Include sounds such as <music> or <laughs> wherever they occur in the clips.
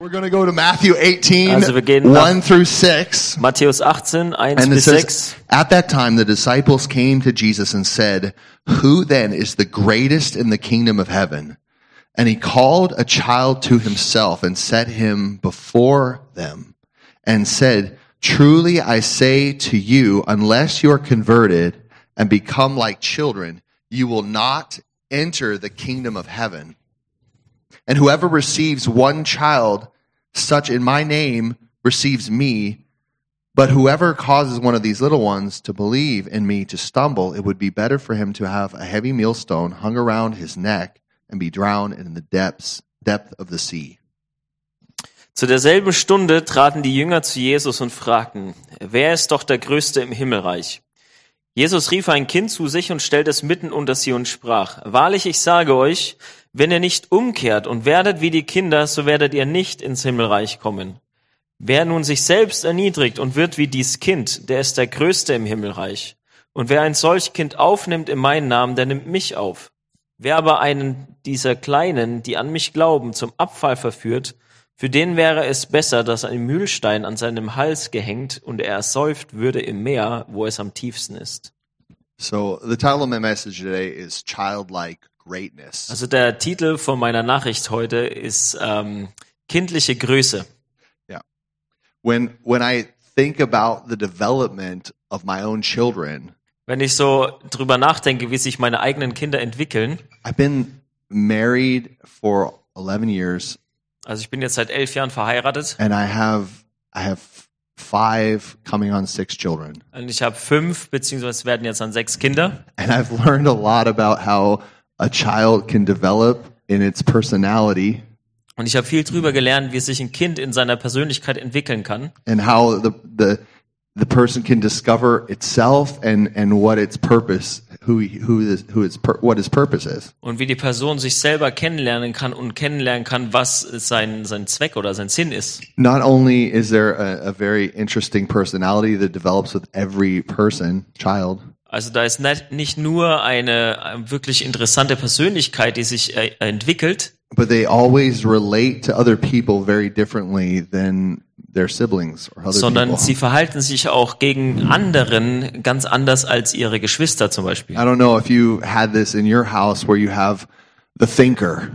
We're going to go to Matthew 18, Also wir gehen nach- 1 through 6. Matthäus 18, 1 And it bis says, 6. At that time, the disciples came to Jesus and said, Who then is the greatest in the kingdom of heaven? And he called a child to himself and set him before them and said, Truly I say to you, unless you are converted and become like children, you will not enter the kingdom of heaven. And whoever receives one child, such in my name, receives me. But whoever causes one of these little ones to believe in me to stumble, it would be better for him to have a heavy millstone hung around his neck and be drowned in the depths depth of the sea. Zu derselben Stunde traten die Jünger zu Jesus und fragten, wer ist doch der Größte im Himmelreich? Jesus rief ein Kind zu sich und stellte es mitten unter sie und sprach, Wahrlich, ich sage euch, wenn ihr nicht umkehrt und werdet wie die Kinder, so werdet ihr nicht ins Himmelreich kommen. Wer nun sich selbst erniedrigt und wird wie dies Kind, der ist der Größte im Himmelreich. Und wer ein solch Kind aufnimmt in meinen Namen, der nimmt mich auf. Wer aber einen dieser Kleinen, die an mich glauben, zum Abfall verführt, für den wäre es besser, dass ein Mühlstein an seinem Hals gehängt und er ersäuft würde im Meer, wo es am tiefsten ist. So the title of my message today is Childlike Greatness. Also der Titel von meiner Nachricht heute ist ähm, kindliche Größe. When when I think about the development of my own children, Wenn ich so drüber nachdenke, wie sich meine eigenen Kinder entwickeln, I've been married for 11 years also ich bin jetzt seit elf Jahren verheiratet and I have I have 5 coming on 6 children. und ich habe fünf, beziehungsweise es werden jetzt dann sechs Kinder. And I've learned a lot about how a child can develop in its personality Und ich habe viel drüber gelernt, wie sich ein Kind in seiner Persönlichkeit entwickeln kann. and how the the the person can discover itself and and what its purpose who who is who its pur- what its purpose is. und wie die Person sich selber kennenlernen kann und kennenlernen kann, was sein, sein Zweck oder sein Sinn ist. Not only is there a, a very interesting personality that develops with every person child, Also da ist nicht, nicht nur eine ähm, wirklich interessante Persönlichkeit, die sich äh, entwickelt, but they always relate to other people very differently than their siblings or other sondern people. sie verhalten sich auch gegen anderen ganz anders als ihre Geschwister zum Beispiel. I don't know if you had this in your house where you have the thinker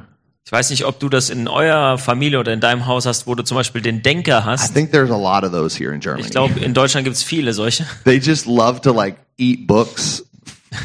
Ich weiß nicht, ob du das in eurer Familie oder in deinem Haus hast, wo du zum Beispiel den Denker I hast. think there's a lot of those here in Germany. Ich glaube, in Deutschland gibt es viele solche, They just love to like eat books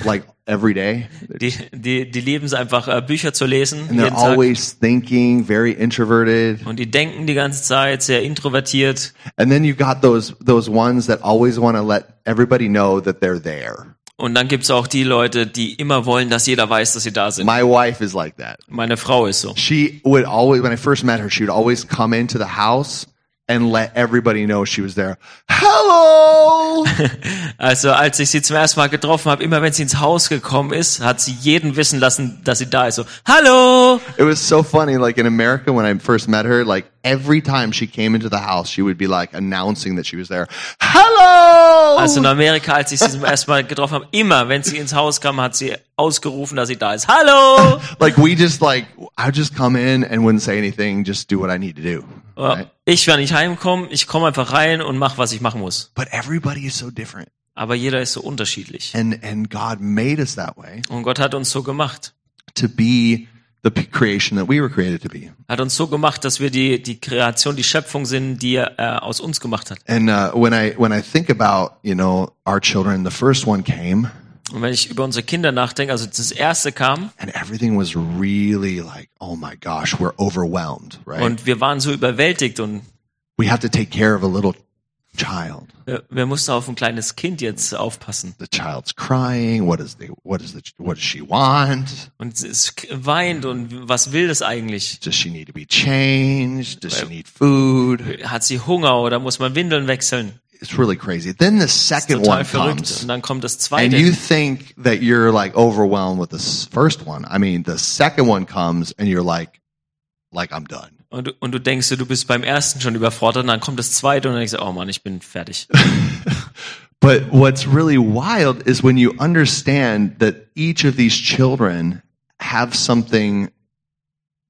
like every day. die, die, die lieben es einfach, äh, Bücher zu lesen And they're jeden Tag. always thinking, very introverted. Und die denken die ganze Zeit, sehr introvertiert. And then you got those those ones that always want to let everybody know that they're there. Und dann gibt's auch die Leute, die immer wollen, dass jeder weiß, dass sie da sind. My wife is like that. Meine Frau ist so. She would always when I first met her, she would always come into the house and let everybody know she was there. Hello. Also als ich sie zum ersten Mal getroffen habe, immer wenn sie ins Haus gekommen ist, hat sie jeden wissen lassen, dass sie da ist. So, hallo! It was so funny. Like in America, when I first met her, like every time she came into the house, she would be like announcing that she was there. Hello. Also in Amerika, als ich sie zum ersten Mal getroffen habe, immer wenn sie ins Haus kam, hat sie ausgerufen, dass sie da ist. Hallo! like we just like I just come in and wouldn't say anything, just do what I need to do. Right? Ich werde nicht heimkommen, ich komme einfach rein und mach, was ich machen muss. But everybody is so different, Aber jeder ist so unterschiedlich. and and God made us that way Und Gott hat uns so gemacht. to be the p- creation that we were created to be. Hat uns so gemacht, dass wir die, die Kreation, die Schöpfung sind, die er äh, aus uns gemacht hat. And uh, when I when I think about you know our children, the first one came, Und wenn ich über unsere Kinder nachdenke, also das erste kam and everything was really like, oh my gosh, we're overwhelmed, right? und wir waren so überwältigt und we have to take care of a little child. wir, wir mussten auf ein kleines Kind jetzt aufpassen. The child's crying. What is the what is the what does she want? Und es weint und was will das eigentlich? Does she need to be changed? Does she need food? Hat sie Hunger oder muss man Windeln wechseln? It's really crazy. Then the second Total one verrückt. comes, Und dann kommt das and you zweite. think that you're like overwhelmed with the s- first one. I mean, the second one comes, and you're like, like I'm done. Und, du- und du denkst, dir, du bist beim ersten schon überfordert und dann kommt das zweite und dann denkst du, oh Mann, ich bin fertig. But what's really wild is when you understand that each of these children have something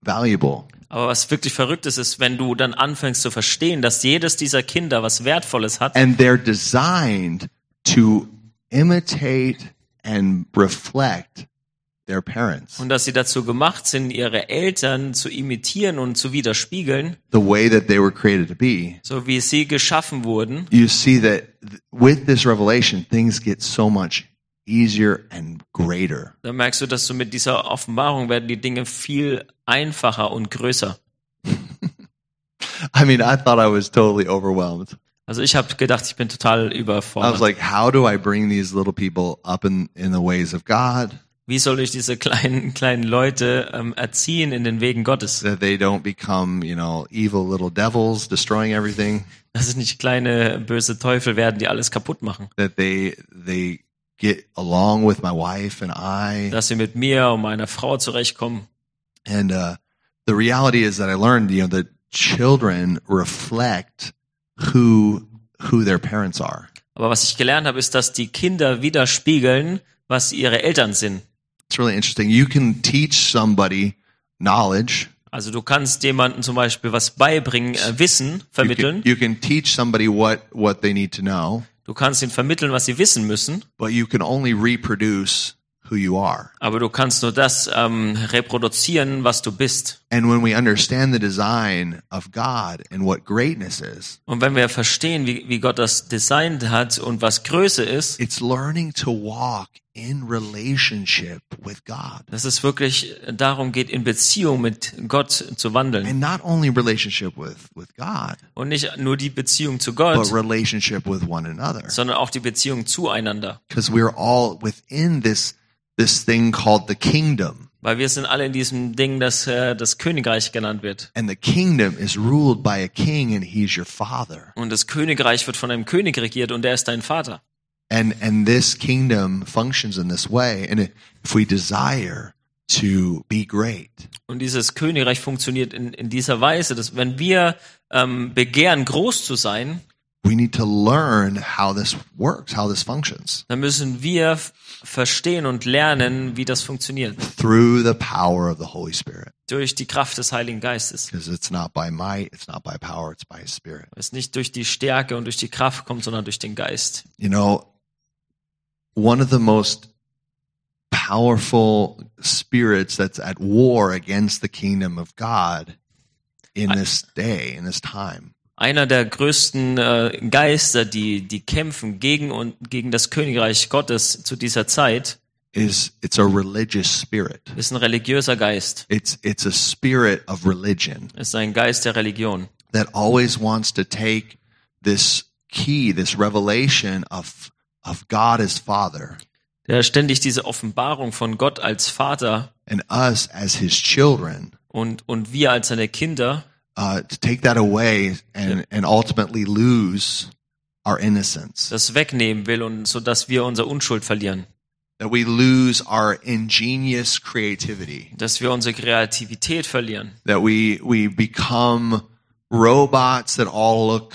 valuable. Aber was wirklich verrückt ist, ist, wenn du dann anfängst zu verstehen, dass jedes dieser Kinder was Wertvolles hat and they're designed to imitate and reflect their parents. und dass sie dazu gemacht sind, ihre Eltern zu imitieren und zu widerspiegeln, The way that they were created to be, so wie sie geschaffen wurden, you see that th- with this revelation, things get so much easier and greater. dann merkst du, dass du mit dieser Offenbarung werden die Dinge viel einfacher und größer. I mean, I thought I was totally overwhelmed. Also ich habe gedacht, ich bin total I was überfordert. like, how do I bring these little people up in, in the ways of God Wie soll ich diese kleinen <laughs> kleinen Leute ähm, erziehen in den Wegen Gottes? so that they don't become, you know, evil little devils destroying everything, Dass es nicht kleine böse Teufel werden, die alles kaputt machen. that they they get along with my wife and I. Dass sie mit mir und meiner Frau zurechtkommen. And uh, the reality is that I learned, you know, that children reflect who who their parents are. Aber was ich gelernt habe, ist, dass die Kinder widerspiegeln, was ihre Eltern sind. It's really interesting. You can teach somebody knowledge. Also du kannst jemandem zum Beispiel was beibringen, äh, Wissen You can, vermitteln. you can teach somebody what what they need to know, Du kannst ihnen vermitteln, was sie wissen müssen. but you can only reproduce who you are. Aber du kannst nur das ähm, reproduzieren, was du bist. And when we understand the design of God and what greatness is, Und wenn wir verstehen, wie, wie Gott das designt hat und was Größe ist, it's learning to walk in relationship with God. dass es wirklich darum geht, in Beziehung mit Gott zu wandeln. And not only relationship with, with God, Und nicht nur die Beziehung zu but Gott, relationship with one another. sondern auch die Beziehung zueinander. Because we're all within this, this thing called the kingdom. Weil wir sind alle in diesem Ding, das äh, das Königreich genannt wird. And the kingdom is ruled by a king and he's your father. Und das Königreich wird von einem König regiert und der ist dein Vater. And, and this kingdom functions in this way. And if we desire to be great, Und dieses Königreich funktioniert in, in dieser Weise, dass wenn wir ähm, begehren, groß zu sein, we need to learn how this works, how this functions dann müssen wir f- verstehen und lernen, wie das funktioniert. through the power of the Holy Spirit. Durch die Kraft des Heiligen Geistes. Because it's not by might, it's not by power, it's by His Spirit. Es nicht durch die Stärke und durch die Kraft kommt, sondern durch den Geist. You know, one of the most powerful spirits that's at war against the kingdom of God in this day, in this time, Einer der größten äh, Geister, die, die kämpfen gegen, und, gegen das Königreich Gottes zu dieser Zeit, is it's a religious spirit. ist ein religiöser Geist. It's it's a spirit of religion Ist ein Geist der Religion. that always wants to take this key, this revelation of of God as Father der ständig diese Offenbarung von Gott als Vater and us as His children, und, und wir als seine Kinder, uh, to take that away and and ultimately lose our innocence, das wegnehmen will und so dass wir unsere Unschuld verlieren, that we lose our ingenious creativity, dass wir unsere Kreativität verlieren, that we we become robots that all look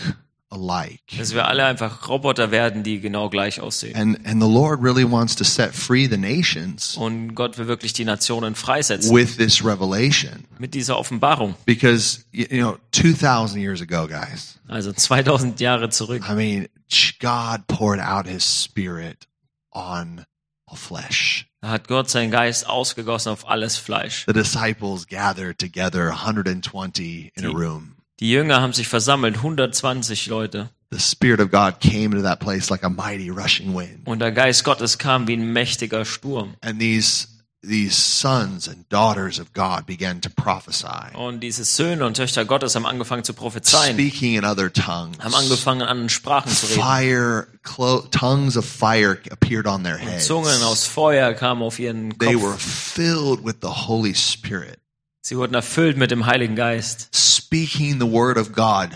alike. dass wir alle einfach Roboter werden, die genau gleich aussehen. And and the Lord really wants to set free the nations Und Gott will wirklich die Nationen freisetzen with this revelation. mit dieser Offenbarung. because y- you know 2000 years ago guys Also 2000 Jahre zurück i mean ch- god poured out his spirit on all flesh da hat Gott seinen Geist ausgegossen auf alles Fleisch. the disciples gathered together 120 in a room Die Jünger haben sich versammelt, 120 Leute. the spirit of god came into that place like a mighty rushing wind Und der Geist Gottes kam wie ein mächtiger Sturm. and these these sons and daughters of god began to prophesy Und diese Söhne und Töchter Gottes haben angefangen zu prophezeien, speaking in other tongues haben angefangen an anderen Sprachen zu reden. fire clo- tongues of fire appeared on their heads Zungen aus Feuer kamen auf ihren they were Kopf. filled with the holy spirit Sie wurden erfüllt mit dem Heiligen Geist. speaking the word of God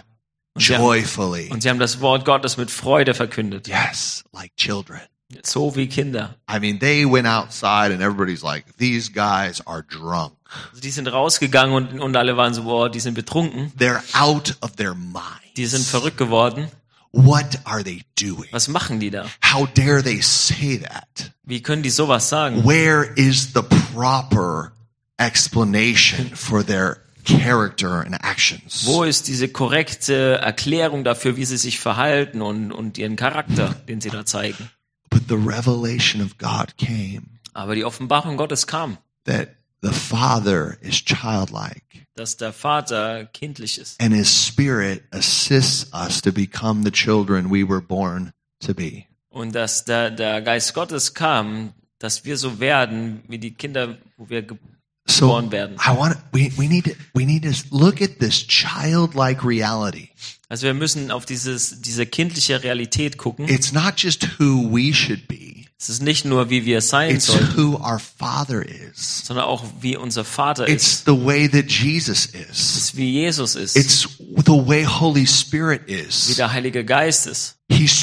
sie haben- joyfully. Und sie haben das Wort Gottes mit Freude verkündet. Yes, like children. So wie Kinder. I mean, they went outside and everybody's like, these guys are drunk. Also die sind rausgegangen und, und alle waren so, boah, die sind betrunken. They're out of their mind. Die sind verrückt geworden. What are they doing? Was machen die da? How dare they say that? Wie können die sowas sagen? Where is the proper explanation for their character and actions? Wo ist diese korrekte Erklärung dafür, wie sie sich verhalten und, und ihren Charakter, den sie da zeigen? But the revelation of God came Aber die Offenbarung Gottes kam, that the Father is childlike dass der Vater kindlich ist and his spirit assists us to become the children we were born to be. und dass der, der Geist Gottes kam, dass wir so werden wie die Kinder, wo wir ge- So Geboren werden. I want we we need to we need to look at this childlike reality. Also wir müssen auf dieses, diese kindliche Realität gucken. It's not just who we should be. Es ist nicht nur, wie wir sein It's sollen, who our father is. sondern auch, wie unser Vater ist, It's the way that Jesus is. ist, wie Jesus ist, It's the way Holy Spirit wie is. der Heilige Geist ist. He's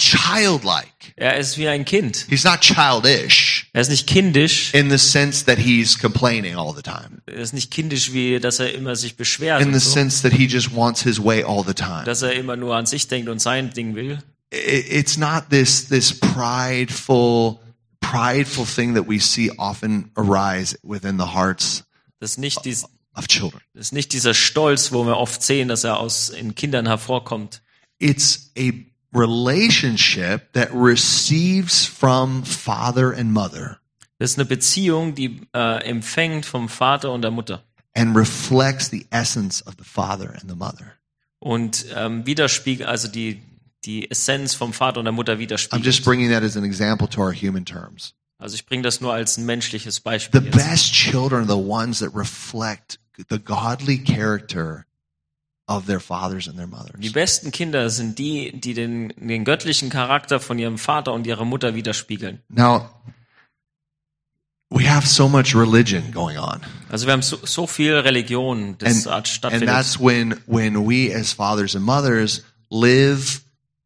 childlike. Er ist wie ein Kind. He's not childish Er ist nicht kindisch. in the sense that he's complaining all the time. Er ist nicht kindisch, wie dass er immer sich beschwert, In und the so, sense that he just wants his way all the time. dass er immer nur an sich denkt und sein Ding will. it, it's not this this prideful prideful thing that we see often arise within the hearts Das ist nicht, dies, of children. das ist nicht dieser Stolz, wo wir oft sehen, dass er aus in Kindern hervorkommt. It's a relationship that receives from father and mother Das ist eine Beziehung, die äh, empfängt vom Vater und der Mutter. and reflects the essence of the father and the mother. und ähm, widerspiegelt, also die, die Essenz vom Vater und der Mutter I'm widerspiegelt. just bringing that as an example to our human terms. Also ich bringe das nur als ein menschliches The Beispiel. Jetzt. best children are the ones that reflect the godly character of their fathers and their Die mothers. besten Kinder sind die, die den, den göttlichen Charakter von ihrem Vater und ihrer Mutter widerspiegeln. Now, we have so much religion going on, Also wir haben so, so viel Religion, And- das Art and stattfindet. that's when when we as fathers and mothers live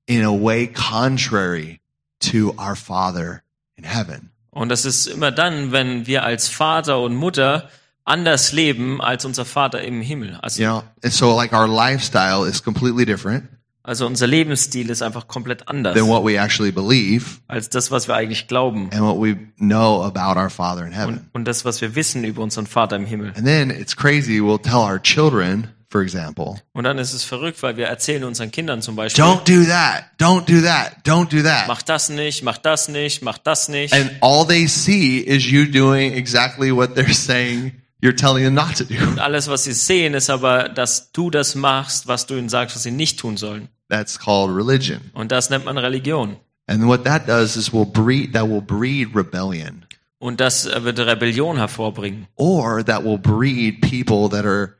in a way contrary to our Father in heaven. Und das ist immer dann, wenn wir als Vater und Mutter anders leben als unser Vater im Himmel. Also, You know, and so like our lifestyle is completely different also unser Lebensstil ist einfach komplett anders than what we actually believe als das, was wir eigentlich glauben and what we know about our Father in heaven. und, und das, was wir wissen über unseren Vater im Himmel. And then it's crazy. We'll tell our children, for example, Und dann ist es verrückt, weil wir erzählen unseren Kindern zum Beispiel, don't do that, don't do that, don't do that. mach das nicht, mach das nicht, mach das nicht. and all they see is you doing exactly what they're saying you're telling them not to do. und alles, was sie sehen, ist aber, dass du das machst, was du ihnen sagst, was sie nicht tun sollen. That's called religion. Und das nennt man Religion. And what that does is will breed that will breed rebellion Und das äh, wird Rebellion hervorbringen. or that will breed people that are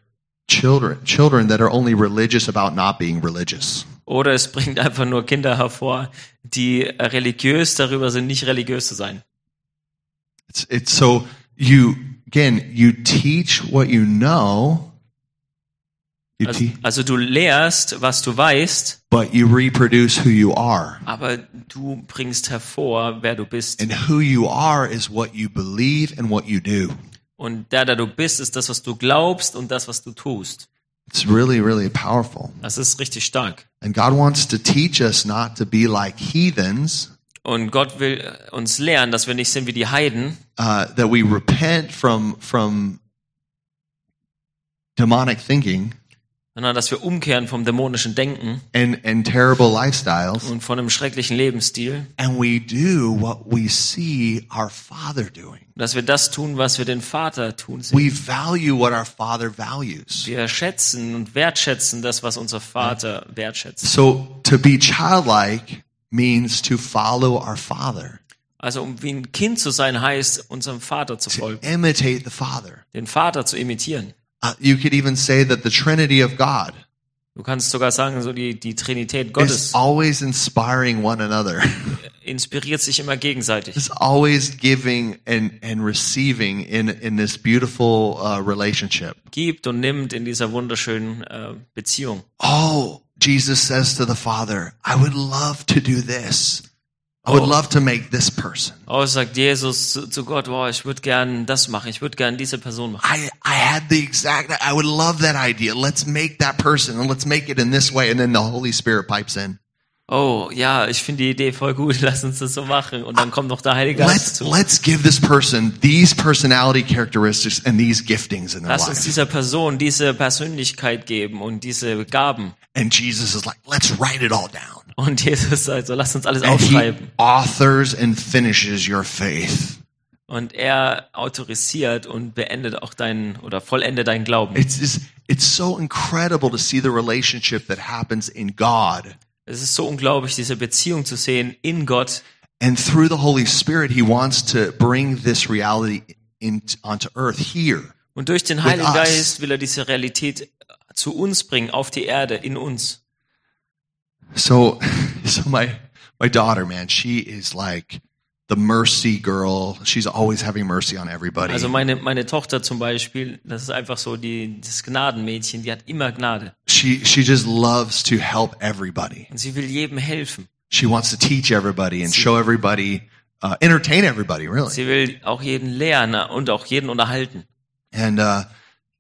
children children that are only religious about not being religious. Oder es bringt einfach nur Kinder hervor, die äh, religiös darüber sind, nicht religiös zu sein. It's it's so you again you teach what you know you Also, te- also du lehrst, was du weißt, but you reproduce who you are. aber du bringst hervor, wer du bist. And who you are is what you believe and what you do. Und der, der du bist, ist das, was du glaubst und das, was du tust. It's really, really powerful. Das ist richtig stark. And God wants to teach us not to be like heathens, Und Gott will äh, uns lernen, dass wir nicht sind wie die Heiden, uh, that we repent from from demonic thinking sondern dass wir umkehren vom dämonischen Denken and and terrible lifestyles, und von einem schrecklichen Lebensstil, and we do what we see our Father doing. dass wir das tun, was wir den Vater tun sehen. We value what our Father values. Wir schätzen und wertschätzen das, was unser Vater wertschätzt. So to be childlike means to follow our Father, Also um wie ein Kind zu sein, heißt, unserem Vater zu folgen, imitate the Father. den Vater zu imitieren. Uh, you could even say that the Trinity of God Du kannst sogar sagen, so die, die Trinität is Gottes always inspiring one another. <laughs> inspiriert sich immer gegenseitig. is always giving and and receiving in in this beautiful uh, relationship. Gibt und nimmt in dieser wunderschönen äh, Beziehung. Oh, Jesus says to the Father, "I would love to do this. I would love to make this person. Oh, sagt Jesus zu, zu Gott, wow, ich würde gern das machen, ich würde gern diese Person machen. I I had the exact. I would love that idea. Let's make that person and let's make it in this way." And then the Holy Spirit pipes in. oh ja, ich finde die Idee voll gut, <laughs> lass uns das so machen. Und dann kommt noch der Heilige Geist Let's, dazu. let's give this person these personality characteristics and these giftings in their Lass uns life. dieser Person diese Persönlichkeit geben und diese Gaben. And Jesus is like, let's write it all down. Und <laughs> Jesus sagt so, lass uns alles And he aufschreiben. authors and finishes your faith. Und er autorisiert und beendet auch deinen oder vollendet deinen Glauben. It's, it's, it's so incredible to see the relationship that happens in God. Es ist so unglaublich, diese Beziehung zu sehen in Gott. And through the Holy Spirit, he wants to bring this reality in, onto earth here. Und durch den Heiligen us. Geist will er diese Realität zu uns bringen, auf die Erde, in uns. So, <laughs> so my my daughter, man, she is like the mercy girl. She's always having mercy on everybody. Also meine, meine Tochter zum Beispiel, das ist einfach so die, das Gnadenmädchen, die hat immer Gnade. she she just loves to help everybody. Und sie will jedem helfen. She wants to teach everybody and show everybody, uh, entertain everybody, really. Sie will auch jeden lehren und auch jeden unterhalten. And uh,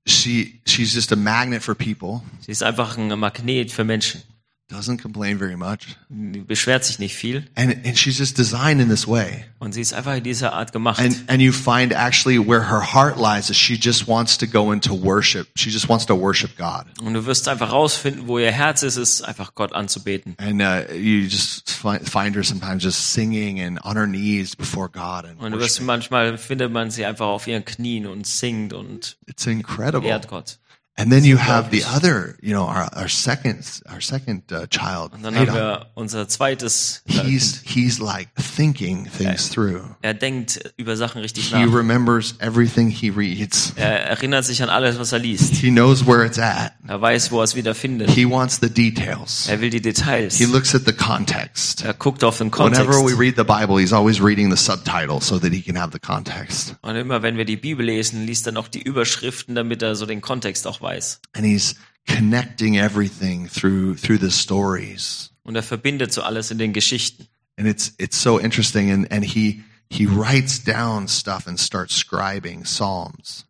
she she's just a magnet for people. Sie ist einfach ein Magnet für Menschen. Doesn't complain very much, Die beschwert sich nicht viel. and and she's just designed in this way. Und sie ist einfach in dieser Art gemacht. And and you find actually where her heart lies is she just wants to go into worship. She just wants to worship God. Und du wirst einfach rausfinden, wo ihr Herz ist, ist einfach Gott anzubeten. and uh, you just find, find her sometimes just singing and on her knees before God and Und du wirst worshiping. manchmal findet man sie einfach auf ihren Knien und singt und it's incredible. ehrt Gott. And then you have the other, you know, our, our second, our second uh, child. Und dann haben Adam. wir unser zweites. äh, he's he's like thinking things through. Er denkt über Sachen richtig He nach. remembers everything he reads. Er erinnert sich an alles, was er liest. He knows where it's at. Er weiß, wo er es wieder findet. He wants the details. Er will die Details. He looks at the context. Er guckt auf den Whenever we Kontext. read the Bible, he's always reading the subtitle so that he can have the context. Und immer wenn wir die Bibel lesen, liest er noch die Überschriften, damit er so den Kontext auch weiß. and he's connecting everything through through the stories Und er verbindet so alles in den Geschichten. and it's it's so interesting and and he he writes down stuff and starts scribing psalms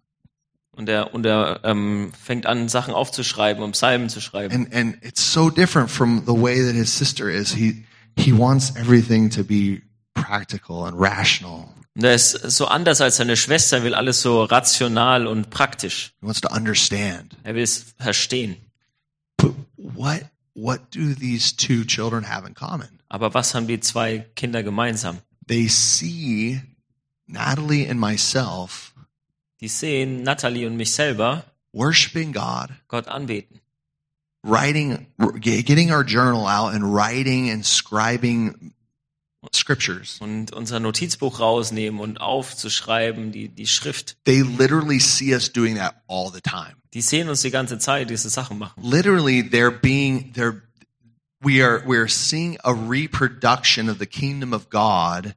Und er, und er ähm, fängt an, Sachen aufzuschreiben, um Psalmen zu schreiben. and and it's so different from the way that his sister is he he wants everything to be practical and rational Und er ist so anders als seine Schwester, er will alles so rational und praktisch. he wants to understand Er will es verstehen. but what what do these two children have in common Aber was haben die zwei Kinder gemeinsam? they see Natalie and myself Die sehen Natalie und mich selber worshiping God Gott anbeten. writing getting our journal out and writing and scribing scriptures Und unser Notizbuch rausnehmen und aufzuschreiben, die, die Schrift. they literally see us doing that all the time Die sehen uns die ganze Zeit diese Sachen machen. literally they're being they're we are we're seeing a reproduction of the kingdom of god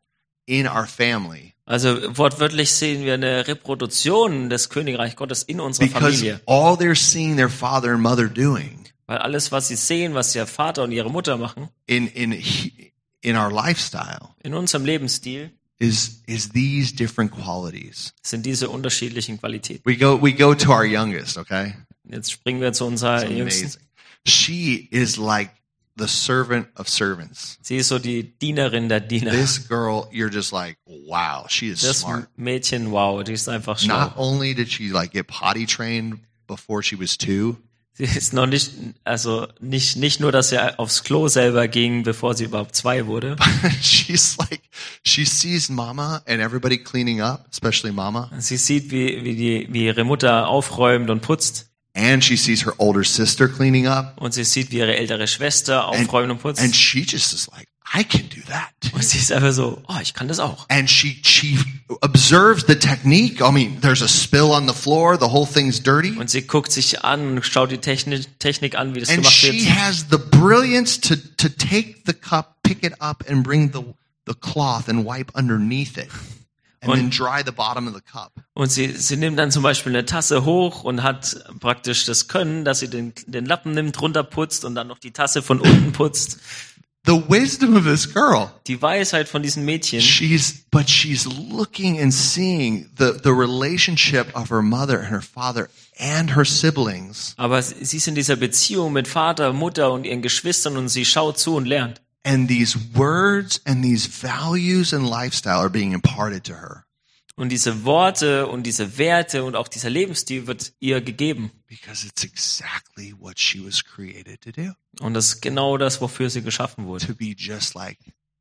in our family Also wortwörtlich sehen wir eine Reproduktion des Königreich Gottes in unserer because Familie. all they're seeing their father and mother doing Weil alles, was sie sehen, was ihr Vater und ihre Mutter machen, in in he- in our lifestyle in unserem Lebensstil, is is these different qualities sind diese unterschiedlichen Qualitäten. we go we go to our youngest okay Jetzt springen wir zu unserer It's Jüngsten. amazing. She is like the servant of servants. Sie ist so die Dienerin der Diener. This girl, you're just like, wow, she is das smart. Mädchen, wow, die ist einfach schlau. Not only did she like get potty trained before she was two, <laughs> Sie ist noch nicht, also nicht, nicht nur, dass sie aufs Klo selber ging, bevor sie überhaupt zwei wurde. she's like, she sees mama and everybody cleaning up, especially mama, Sie sieht, wie, wie, die, wie ihre Mutter aufräumt und putzt. and she sees her older sister cleaning up, Und sie sieht, wie ihre ältere Schwester and, aufräumt und putzt. and she just is like, I can do that. Und sie ist einfach so, oh, ich kann das auch. And she she observes the technique. I mean, there's a spill on the floor, the whole thing's dirty. Und sie guckt sich an und schaut die Technik, Technik an, wie das and gemacht she wird. has the brilliance to to take the cup, pick it up, and bring the the cloth and wipe underneath it, and Und- then dry the bottom of the cup. Und sie, sie nimmt dann zum Beispiel eine Tasse hoch und hat praktisch das Können, dass sie den, den Lappen nimmt, runterputzt und dann noch die Tasse von unten putzt. The wisdom of this girl. Die Weisheit von diesem Mädchen. She's but she's looking and seeing the the relationship of her mother and her father and her siblings, Aber sie ist in dieser Beziehung mit Vater, Mutter und ihren Geschwistern und sie schaut zu und lernt. And these words and these values and lifestyle are being imparted to her Und diese Worte und diese Werte und auch dieser Lebensstil wird ihr gegeben. because it's exactly what she was created to do Und das ist genau das, wofür sie geschaffen wurde. to be just like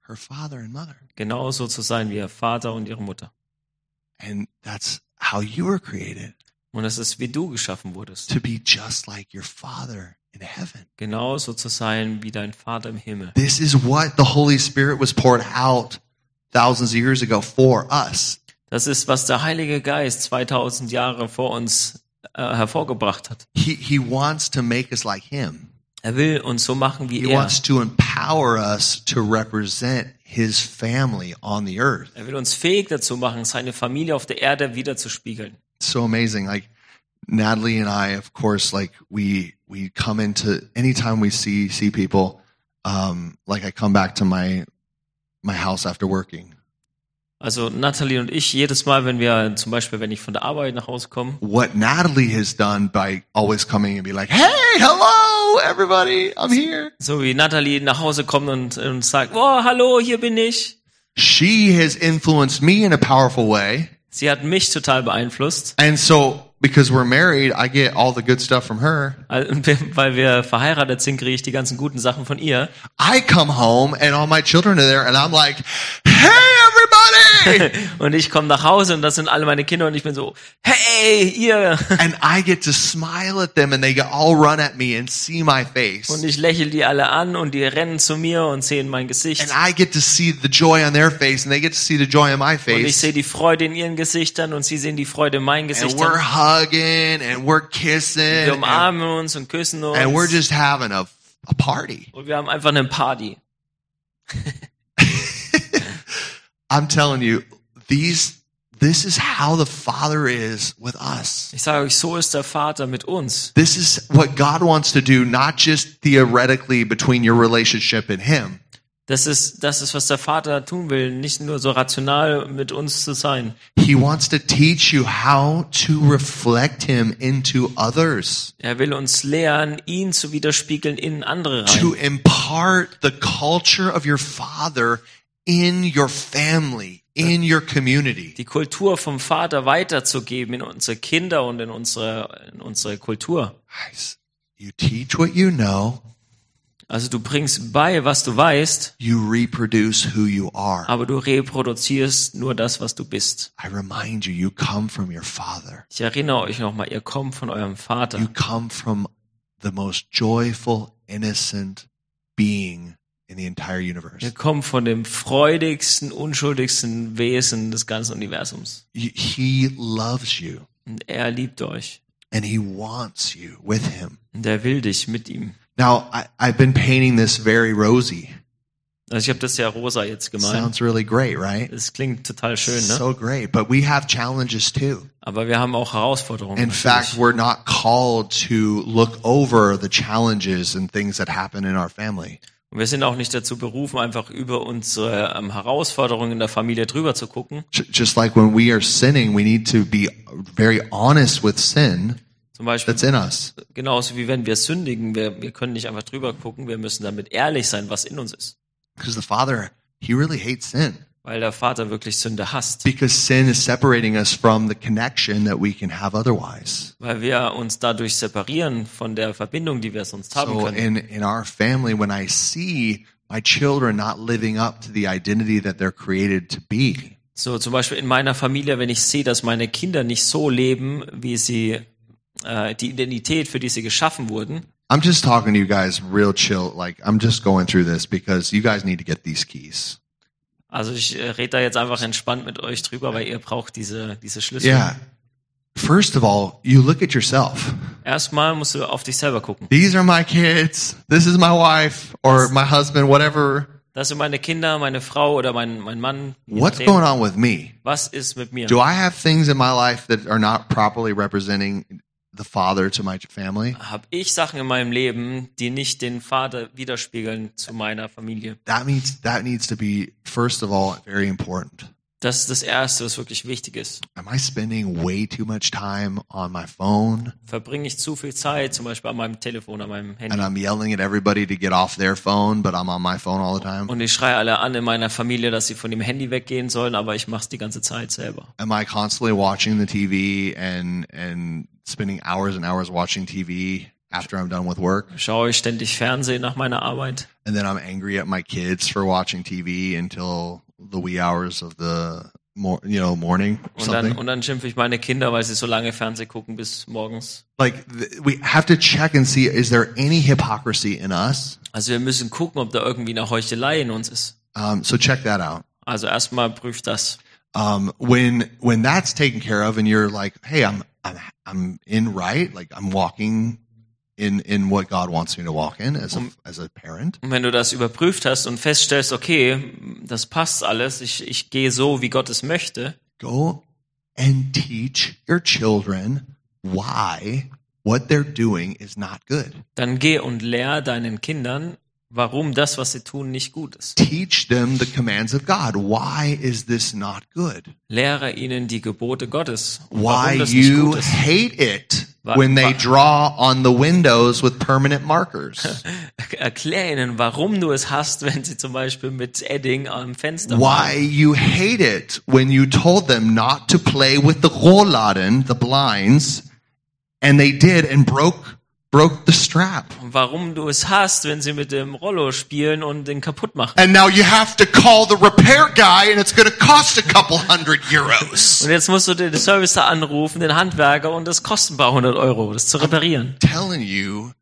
her father and mother. Genauso zu sein wie ihr Vater und ihre Mutter. And that's how you were created Und das ist, wie du geschaffen wurdest. to be just like your father in heaven. Genauso genau zu sein wie dein Vater im Himmel. This is what the Holy Spirit was poured out thousands of years ago for us. Das ist, was der Heilige Geist 2000 Jahre vor uns äh, hervorgebracht hat. He, he wants to make us like him. Er will uns so machen He wie er. wants to empower us to represent his family on the earth. Er will uns fähig dazu machen, seine Familie auf der Erde wiederzuspiegeln. It's so amazing. Like Natalie and I, of course, like we, we come into anytime we see, see people, um, like I come back to my, my house after working. Also Natalie und ich, jedes Mal, wenn wir zum Beispiel, wenn ich von der Arbeit nach Hause komme, What Natalie has done by always coming and be like, Hey, hello, everybody. I'm here. so wie Natalie nach Hause kommt und, und sagt, oh, hallo, hier bin ich. she has influenced me in a powerful way. Sie hat mich total beeinflusst, And so, because we're married, I get all the good stuff from her. Al- und wir- weil wir verheiratet sind, kriege ich die ganzen guten Sachen von ihr. I come home and all my children are there and I'm like, hey, <laughs> everybody. Und ich komme nach Hause und das sind alle meine Kinder und ich bin so, hey, ihr. and I get to smile at them and they get all run at me and see my face. Und ich lächle die alle an und die rennen zu mir und sehen mein Gesicht. And I get to see the joy on their face and they get to see the joy on my Und ich face. sehe die Freude in ihren Gesichtern und sie sehen die Freude in meinen And we're Gesichtern. hugging and we're kissing Wir and, umarmen uns und küssen uns. and we're just having a, a party. und wir haben einfach eine Party. I'm telling you, these this is how the Father is with us. Ich sage euch, so ist der Vater mit uns. This is what God wants to do, not just theoretically between your relationship and Him. Das ist, das ist, was der Vater tun will, nicht nur so rational mit uns zu sein. He wants to teach you how to reflect Him into others, Er will uns lernen, ihn zu widerspiegeln in andere rein. to impart the culture of your Father in your family, in your community. Die Kultur vom Vater weiterzugeben in unsere Kinder und in unsere, in unsere Kultur. Guys, you teach what you know, Also du bringst bei, was du weißt, you reproduce who you are. aber du reproduzierst nur das, was du bist. I remind you, you come from your Father. Ich erinnere euch nochmal, ihr kommt von eurem You Vater. come from the most joyful, innocent being in the entire universe. Ihr kommt von dem freudigsten, unschuldigsten Wesen des ganzen Universums. Y- He loves you Und er liebt euch. and he wants you with him. Und er will dich mit ihm. Now, I, I've been painting this very rosy. Also ich habe das ja rosa jetzt gemeint. Sounds really great, right? Es klingt total schön, ne? So great. But we have challenges too. Aber wir haben auch Herausforderungen. In fact, natürlich. we're not called to look over the challenges and things that happen in our family. Und wir sind auch nicht dazu berufen, einfach über unsere ähm, Herausforderungen in der Familie drüber zu gucken. J- Just like when we are sinning, we need to be very honest with sin Zum Beispiel that's in us. genauso wie wenn wir sündigen. Wir, wir können nicht einfach drüber gucken. Wir müssen damit ehrlich sein, was in uns ist. Because the Father, He really hates sin. Weil der Vater wirklich Sünde hasst. Because sin is separating us from the connection that we can have otherwise. Weil wir uns dadurch separieren von der Verbindung, die wir sonst haben So äh in, können. in our family, when I see my children not living up to the identity that they're created to be, So zum Beispiel in meiner Familie, wenn ich sehe, dass meine Kinder nicht so leben, wie sie äh, die Identität, für die sie geschaffen wurden. I'm just talking to you guys real chill. Like I'm just going through this because you guys need to get these keys. Also ich äh, rede da jetzt einfach entspannt mit euch drüber, weil ihr braucht diese, diese Schlüssel. Yeah. First of all, you look at yourself. Erstmal musst du auf dich selber gucken. These are my kids. This is my wife or my husband, whatever. Das sind meine Kinder, meine Frau oder mein, mein Mann. je What's nachdem. going on with me? Was ist mit mir? Do I have things in my life that are not properly representing the father to my family? Hab ich Sachen in meinem Leben, die nicht den Vater widerspiegeln zu meiner Familie? That means that needs to be first of all very important. Das ist das Erste, was wirklich wichtig ist. Am I spending way too much time on my phone Verbringe ich zu viel Zeit, zum Beispiel an meinem Telefon, an meinem and Handy. I'm yelling at everybody to get off their phone, but I'm on my phone all the time? Und ich schreie alle an in meiner Familie, dass sie von dem Handy weggehen sollen, aber ich mache es die ganze Zeit selber. Am I constantly watching the TV and and spending hours and hours watching TV after I'm done with work? Schaue ich ständig Fernsehen nach meiner Arbeit. And then I'm angry at my kids for watching TV until the wee hours of the mor- you know morning or Und dann, something. und dann schimpfe ich meine Kinder, weil sie so lange Fernsehen gucken bis morgens. Like th- we have to check and see is there any hypocrisy in us? Also wir müssen gucken, ob da irgendwie eine Heuchelei in uns ist. Um, so check that out. Also erstmal prüft das. um, when when that's taken care of and you're like hey i'm i'm i'm in right like i'm walking in in what god wants me to walk in as a as a parent Und wenn du das überprüft hast und feststellst, okay, das passt alles, ich, ich gehe so, wie Gott es möchte, go and teach your children why what they're doing is not good dann geh und lehr deinen Kindern, warum das, was sie tun, nicht gut ist. teach them the commands of god why is this not good Lehre ihnen die Gebote Gottes, und why warum das nicht you gut ist. <laughs> hate it Wa- when they wa- draw on the windows with permanent markers Erklär ihnen, warum du es hast, wenn sie zum Beispiel mit Edding am Fenster why you hate it when you told them not to play with the rolladen, the blinds, and they did and broke broke the strap. Und warum du es hast, wenn sie mit dem Rollo spielen und den kaputt machen. And now you have to call the repair guy and it's going to cost a couple hundred euros. Und jetzt musst du den Servicer anrufen, den Handwerker, und das kostet ein paar hundert Euro, das zu reparieren. telling you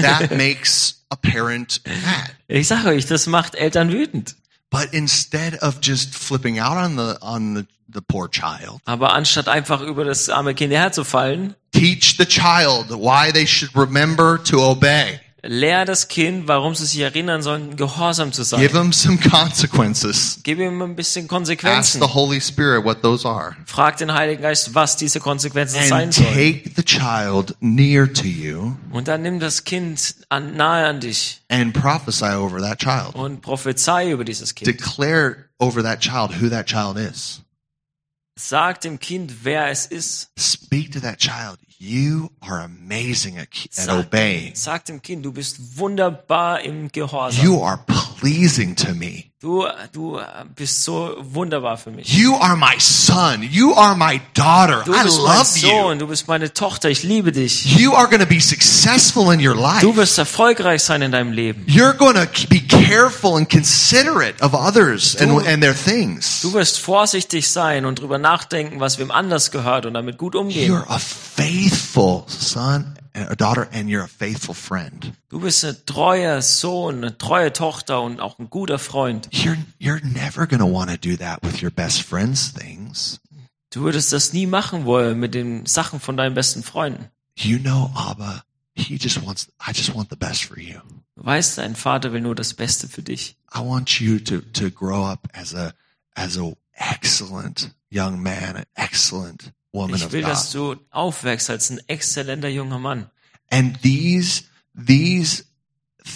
that makes a parent mad. Ich sage euch, das macht Eltern wütend. But instead of just flipping out on the on the, the poor child, Aber anstatt einfach über das arme Kind herzufallen, teach the child why they should remember to obey. lehr das Kind, warum sie sich erinnern sollen, gehorsam zu sein. Give them some <laughs> consequences. Gib ihm ein bisschen ask Konsequenzen. the Holy Spirit what those are. Frag den Heiligen Geist, was diese Konsequenzen sein And sollen. take the child near to you Und dann nimm das Kind an, nahe an dich and prophesy over that child. und prophezei über dieses Kind. Declare over that child who that child is. Sag dem Kind, wer es ist. Speak to that child. You are amazing at, at Sag- obeying. Sag dem Kind, du bist wunderbar im Gehorsam. You are pleasing to me. Du, du bist so wunderbar für mich. You are my son. You are my daughter. Du I bist mein love you. Sohn, du bist meine Tochter, ich liebe dich. You are going to be successful in your life. Du wirst erfolgreich sein in deinem Leben. You're going to be careful and considerate of others and, Du- and their things. Du wirst vorsichtig sein und drüber nachdenken, was wem anders gehört und damit gut umgehen. You're a faithful son or daughter, and you're a faithful friend. Du bist ein treuer Sohn, eine treue Tochter und auch ein guter Freund. You're you're never gonna want to do that with your best friends things. Du würdest das nie machen wollen mit den Sachen von deinen besten Freunden. You know, Abba, he just wants. I just want the best for you. Du weißt, dein Vater will nur das Beste für dich. I want you to to grow up as a as a excellent young man, an excellent woman Ich of will, God. dass du aufwächst als ein exzellenter junger Mann. And these these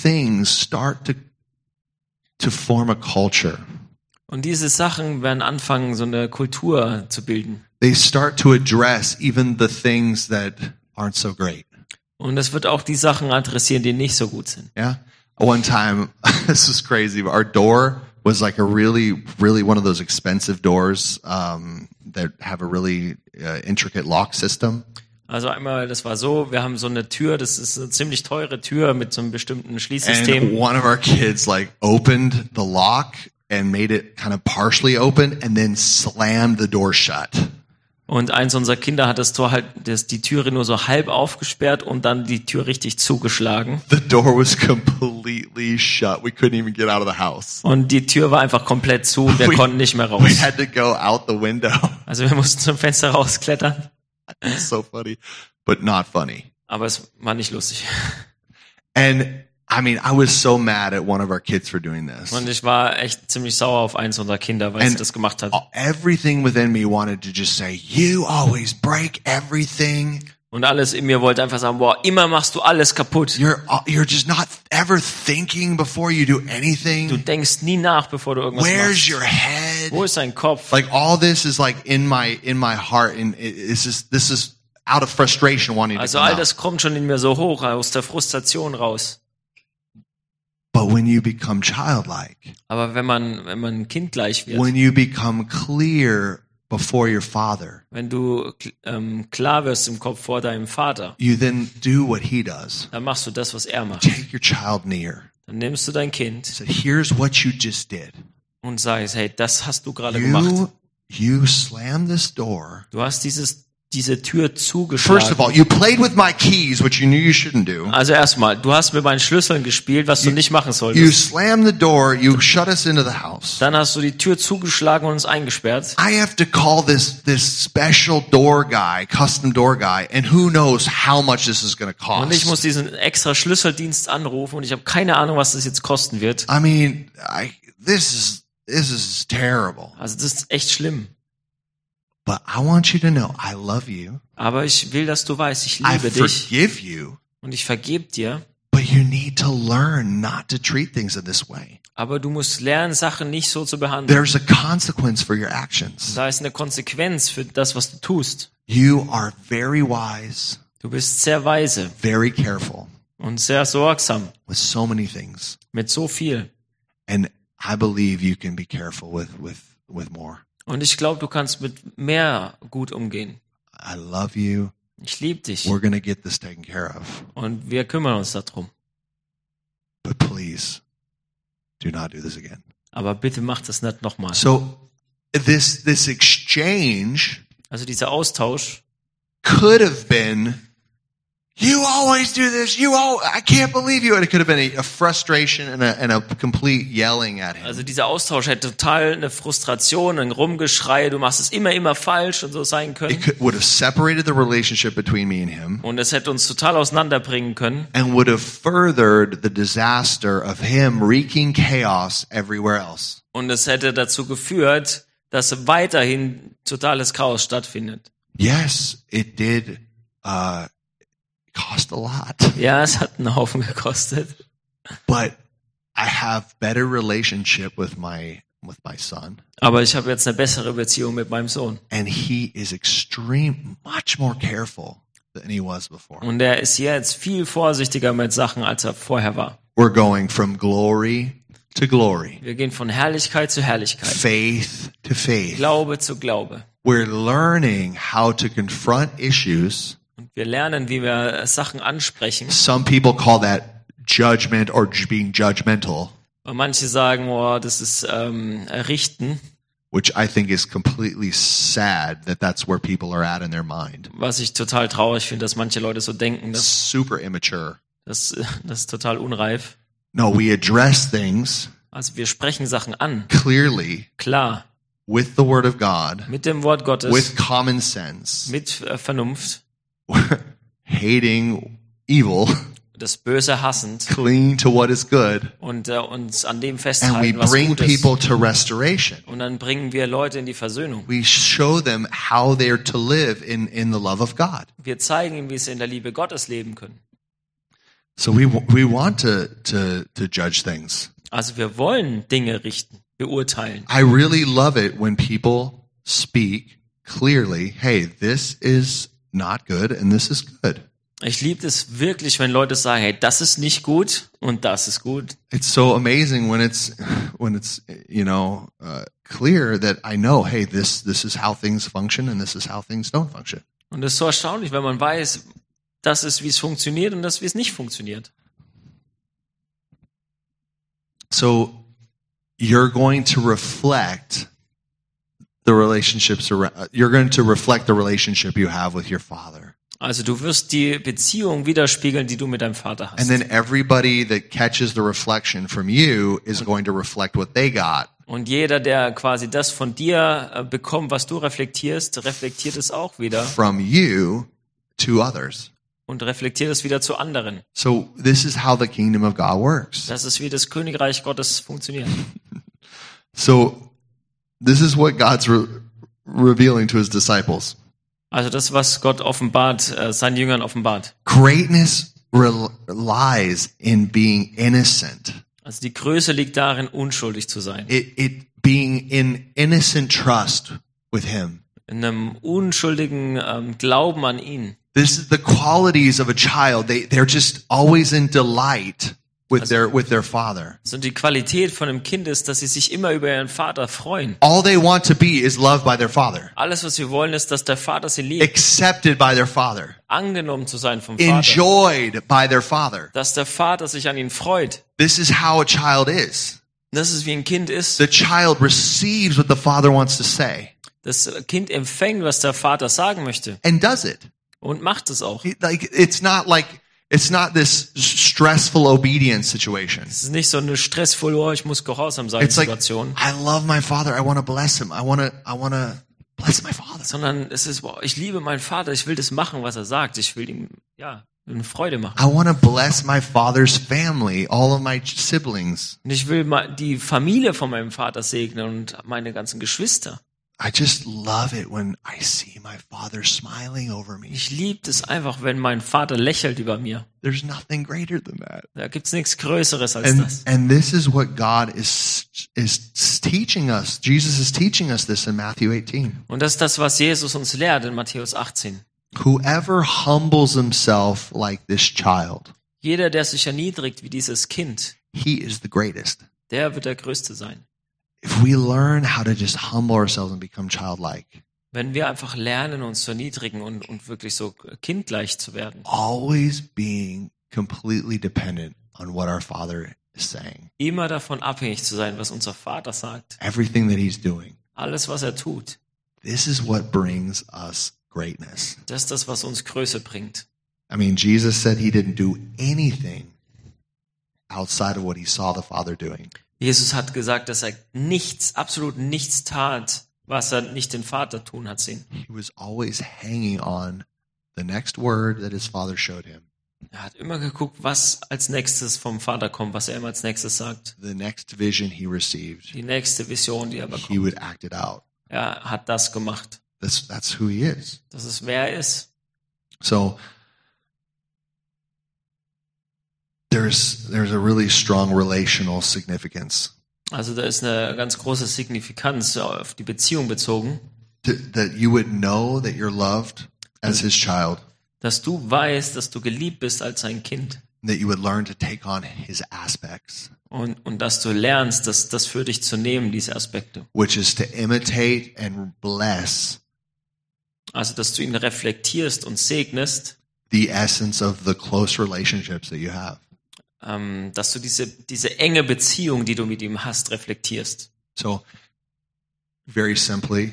things start to to form a culture. Und diese Sachen werden anfangen, so eine Kultur zu bilden. they start to address even the things that aren't so great. Und es wird auch die Sachen adressieren, die nicht so gut sind. Yeah. One time, <laughs> this was crazy. But our door was like a really, really one of those expensive doors um, that have a really uh, intricate lock system. Also einmal, das war so, wir haben so eine Tür, das ist eine ziemlich teure Tür mit so einem bestimmten And Schließsystem. one of our kids like opened the lock and made it kind of partially open and then slammed the door shut. Und eins unserer Kinder hat das Tor halt, das, die Türe nur so halb aufgesperrt und dann die Tür richtig zugeschlagen. The door was <laughs> completely shut. We couldn't even get out of the house. Und die Tür war einfach komplett <laughs> zu und wir We- konnten nicht mehr We raus. had to go out the window. <laughs> Also wir mussten zum Fenster rausklettern. It's <laughs> so funny, but not funny. Aber es war nicht lustig. And I mean, I was so mad at one of our kids for doing this. Und ich war echt ziemlich sauer auf eins unserer Kinder, weil sie And- das gemacht hat. Uh, Everything within me wanted to just say, You always break everything. Und alles in mir wollte einfach sagen, boah, immer machst du alles kaputt. You're, uh, you're just not ever thinking before you do Du anything. denkst nie nach, bevor du irgendwas Where's machst. your head? head? Wo ist sein Kopf? Like all this is like in my in my heart, and it, it's just this is out of frustration wanting to Also come all out. das kommt schon in mir so hoch, aus der Frustration raus. But when you become childlike, Aber wenn man, wenn man kindgleich wird, when you become clear before your father, wenn du ähm, klar wirst im Kopf vor deinem Vater, you then do what he does. dann machst du das, was er macht. Take your child near. Dann nimmst du dein Kind Say, here's what you just did. und sagst, hey, das hast du gerade gemacht. You you slammed this door. Du hast dieses, diese Tür First of zugeschlagen. all, you played with my keys, which you knew you shouldn't do. Also erstmal, du hast mit meinen Schlüsseln gespielt, was du nicht machen You solltest. slammed the door. You shut us into the house. Dann hast du die Tür zugeschlagen und uns eingesperrt. I have to call this this special door guy, custom door guy, and who knows how much this is going to Und ich cost. muss diesen extra Schlüsseldienst anrufen und ich habe keine Ahnung, was das jetzt kosten wird. I mean, I this is this is terrible. Also das ist echt schlimm. But I want you to know I love you. Aber ich will, dass du weißt, ich I liebe dich forgive you. und ich vergebe dir. But you need to learn not to treat things in this way. Aber du musst lernen, Sachen nicht so zu behandeln. There's a consequence for your actions. Da ist eine Konsequenz für das, was du tust. You are very wise, Du bist sehr weise very careful und sehr sorgsam with so many things. mit so viel. And I believe you can be careful with with with more. Und ich glaube, du kannst mit mehr gut umgehen. I love you. Ich liebe dich We're going to get this taken care of. und wir kümmern uns darum. But please do not do this again. Aber bitte mach das nicht nochmal. So this this exchange Also dieser Austausch, could have been you always do this you all i can't believe you and it could have been a, a frustration and a, and a complete yelling at him also dieser Austausch hätte total eine Frustration, ein Rumgeschrei, du machst es immer, immer falsch und so sein it können. could, would have separated the relationship between me and him Und es hätte uns total auseinanderbringen können. and would have furthered the disaster of him wreaking chaos everywhere else Und es hätte dazu geführt, dass weiterhin totales Chaos stattfindet. yes it did uh cost a lot Ja, es hat einen Haufen gekostet. but i have better relationship with my with my son Aber ich habe jetzt eine bessere Beziehung mit meinem Sohn. and he is extreme much more careful than he was before Und er ist jetzt viel vorsichtiger mit Sachen, als er vorher war. we're going from glory to glory Wir gehen von Herrlichkeit zu Herrlichkeit. faith to faith Glaube zu Glaube. we're learning how to confront issues Und wir lernen, wie wir Sachen ansprechen. some people call that judgment or j- being judgmental Und manche sagen, oh, das ist ähm, Richten, which i think is completely sad that that's where people are at in their mind was ich total traurig finde, dass manche Leute so denken. Das, super immature das, <laughs> das ist total unreif. no we address things Also wir sprechen Sachen an, clearly klar. with the word of god Mit dem Wort Gottes, with common sense mit äh, Vernunft, <coughs> hating evil, <laughs> das Böse hassend clinging to what is good, und äh, uns an dem and we festhalten, was bring gut ist. people to restoration. Und dann bringen wir Leute in die Versöhnung. We show them how they're to live in, in the love of God. Wir zeigen ihnen, wie sie in der Liebe Gottes leben können. So we, w- we want to, to, to judge things. Also wir wollen Dinge richten, beurteilen. I really love it when people speak clearly, hey, this is not good and this is good. Ich liebe es wirklich, wenn Leute sagen, hey, das ist nicht gut und das ist gut. It's so amazing when it's <laughs> when it's you know uh, clear that I know hey this this is how things function and this is how things don't function. Und es ist so erstaunlich, wenn man weiß, das ist, wie es funktioniert und das, wie es nicht funktioniert. So you're going to reflect the relationships around, uh, you're going to reflect the relationship you have with your father. Also du wirst die Beziehung widerspiegeln, die du mit deinem Vater hast. And then everybody that catches the reflection from you is going to reflect what they got Und jeder, der quasi das von dir äh, bekommt, was du reflektierst, reflektiert es auch wieder from you to others. und reflektiert es wieder zu anderen. So this is how the kingdom of God works. Das ist wie das Königreich Gottes funktioniert. So this is what God's re- revealing to his disciples. Also das, was Gott offenbart, äh, seinen Jüngern offenbart. Greatness rel- lies in being innocent. Also die Größe liegt darin, unschuldig zu sein. it, it being in innocent trust with him. In einem unschuldigen ähm, Glauben an ihn. This is the qualities of a child. They they're just always in delight with their with their father. Also die Qualität von einem Kind ist, dass sie sich immer über ihren Vater freuen. All they want to be is loved by their father, Alles, was sie wollen, ist, dass der Vater sie liebt, accepted by their father, angenommen zu sein vom Vater, enjoyed by their father. dass der Vater sich an ihn freut. This is how a child is. Das ist wie ein Kind ist. The child receives what the father wants to say Das Kind empfängt, was der Vater sagen möchte and does it. und macht es auch. It- Like it's not like it's not this s- stressful obedience situation. Es ist nicht so eine stressvolle, oh, ich muss gehorsam sein It's like Situation, I love my father. I want to bless him. I want to I want to bless my father. sondern es ist, wow, ich liebe meinen Vater, ich will das machen, was er sagt, ich will ihm ja eine Freude machen I want to bless my father's family, all of my siblings. und ich will mal die Familie von meinem Vater segnen und meine ganzen Geschwister. I just love it when I see my father smiling over me. Ich liebe es einfach, wenn mein Vater lächelt über mir. There's nothing greater than that. Da gibt's nichts Größeres als And das. and this is what God is is teaching us. Jesus is teaching us this in Matthew 18. Und das ist das, was Jesus uns lehrt in Matthäus 18. Whoever humbles himself like this child, Jeder, der sich erniedrigt wie dieses Kind, he is the greatest. der wird der Größte sein. If we learn how to just humble ourselves and become childlike, Wenn wir einfach lernen, uns zu erniedrigen und, und wirklich so kindgleich zu werden, always being completely dependent on what our Father is saying, immer davon abhängig zu sein, was unser Vater sagt, everything that He's doing. alles, was er tut, This is what brings us greatness. das ist das, was uns Größe bringt. I mean, Jesus said He didn't do anything outside of what He saw the Father doing. Jesus hat gesagt, dass er nichts, absolut nichts tat, was er nicht den Vater tun hat sehen. He was always hanging on the next word that His Father showed Him, Er hat immer geguckt, was als nächstes vom Vater kommt, was er immer als nächstes sagt. the next vision He received. Die nächste Vision, die er He bekommt. would act it out. Er hat das gemacht. That's, that's who He is. Das ist, wer er ist. So there's there's a really strong relational significance Also da ist eine ganz große Signifikanz auf die Beziehung bezogen, to, that you would know that you're loved as his child, dass du weißt, dass du geliebt bist als sein Kind that you would learn to take on his aspects, und, und dass du lernst, das, das für dich zu nehmen, diese Aspekte. which is to imitate and bless Also dass du ihn reflektierst und segnest, the essence of the close relationships that you have. ähm, dass du diese, diese enge Beziehung, die du mit ihm hast, reflektierst. So very simply,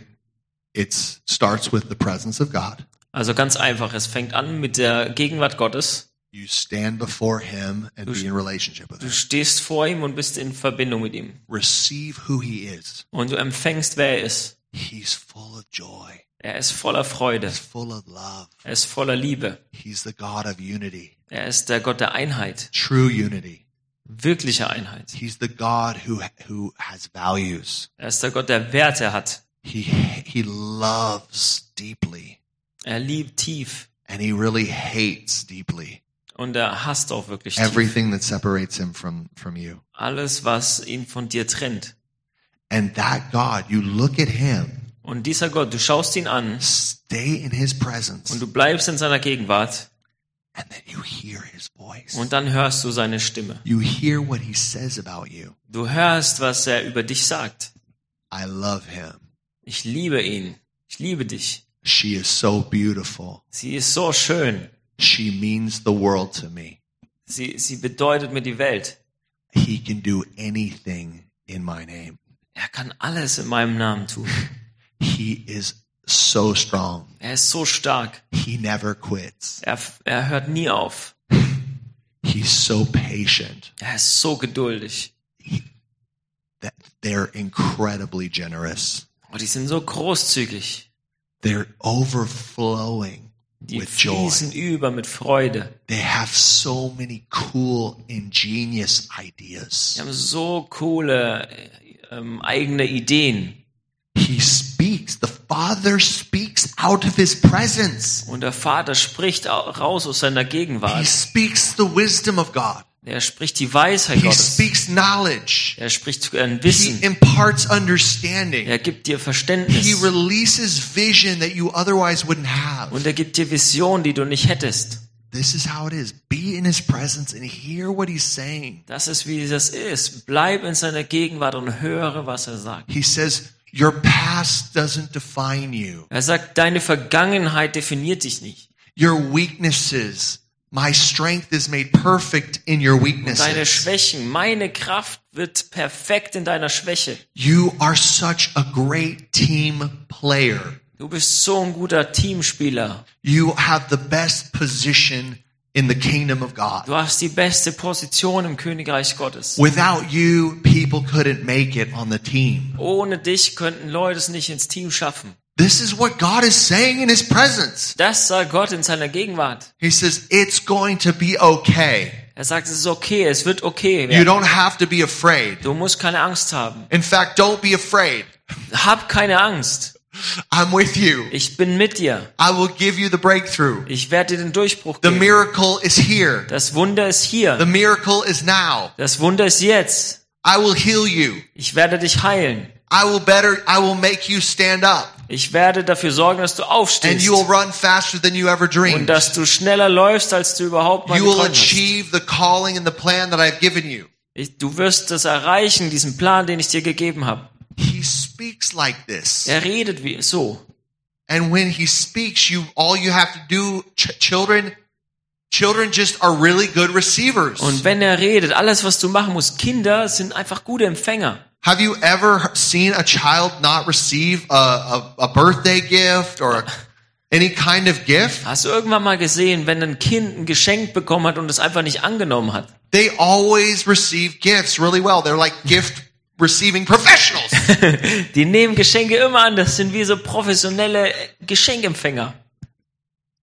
it starts with the presence of God. Also ganz einfach, es fängt an mit der Gegenwart Gottes. You stand before him and be in relationship with Du him. stehst vor ihm und bist in Verbindung mit ihm. Receive who he is. Und du empfängst, wer er ist. He's full of joy. Er ist voller Freude. He's full of love. Er ist voller Liebe. He's the God of unity, Er ist der Gott der Einheit. true unity. Wirkliche Einheit. He's the God who who has values. Er ist der Gott, der Werte hat. He he loves deeply Er liebt tief. and he really hates deeply Und er hasst auch wirklich tief. everything that separates him from from you. Alles, was ihn von dir trennt. And that God, you look at him, Und dieser Gott, du schaust ihn an stay in his presence, und du bleibst in seiner Gegenwart and then you hear his voice. und dann hörst du seine Stimme. You hear what he says about you. Du hörst, was er über dich sagt. I love him. Ich liebe ihn. Ich liebe dich. She is so beautiful. Sie ist so schön. She means the world to me. Sie, sie bedeutet mir die Welt. He can do anything in my name. Er kann alles in meinem Namen tun. He is so strong. Er ist so stark. He never quits. Er, er hört nie auf. He's so patient. Er ist so geduldig. That they're incredibly generous. Oh, die sind so großzügig. They're overflowing Die with joy. fließen über mit Freude. They have so many cool, ingenious Die ideas. haben so coole äh, ähm, eigene Ideen. He speaks. The Father speaks out of His presence. Und der Vater spricht au- raus aus seiner He Gegenwart. speaks the wisdom of God. Er spricht die Weisheit He Gottes. speaks knowledge. Er spricht ein He Wissen. imparts understanding. Er gibt dir He Verständnis. releases vision that you otherwise wouldn't have. Und er gibt dir Vision, die du nicht hättest. This is how it is. Be in his presence and hear what he's saying. Das ist, wie das ist. Bleib in seiner Gegenwart und höre, was er sagt. He says, Your past doesn't define you. Er sagt, deine Vergangenheit definiert dich nicht. Your weaknesses, my strength is made perfect in your Deine weaknesses. Schwächen, meine Kraft wird perfekt in deiner Schwäche. You are such a great team player. Du bist so ein guter Teamspieler. You have the best position in the kingdom of God. Du hast die beste Position im Königreich Gottes. Without you, people couldn't make it on the team. Ohne dich könnten Leute es nicht ins Team schaffen. This is what God is saying in his presence. Das sah Gott in seiner Gegenwart. He says, It's going to be okay. Er sagt, es ist okay, es wird okay You werden. don't have to be afraid. Du musst keine Angst haben. In fact, don't be afraid. Hab keine Angst. I'm with you. Ich bin mit dir. I will give you the breakthrough. Ich werde dir den Durchbruch The geben. miracle is here. Das Wunder ist The hier. miracle is now. Das Wunder ist jetzt. I will heal you. Ich werde dich heilen. I will better, I will make you stand up Ich werde dafür sorgen, dass du and aufstehst you will run faster than you ever und dreamed. dass du schneller läufst, als du überhaupt mal You will geträumt hast. achieve the calling and the plan that I've given you. Ich, du wirst das erreichen, diesen Plan, den ich dir gegeben habe. He speaks like this. Er redet wie so. And when he speaks, you, all you have to do, ch- children, children just are really good receivers. Und wenn er redet, alles, was du machen musst, Kinder sind einfach gute Empfänger. Have you ever seen a child not receive a, a, a birthday gift or a, any kind of gift? Hast du irgendwann mal gesehen, wenn ein Kind ein Geschenk bekommen hat und es einfach nicht angenommen hat? They always receive gifts really well. They're like gift receiving professionals. Die nehmen Geschenke immer an, das sind wie so professionelle Geschenkempfänger.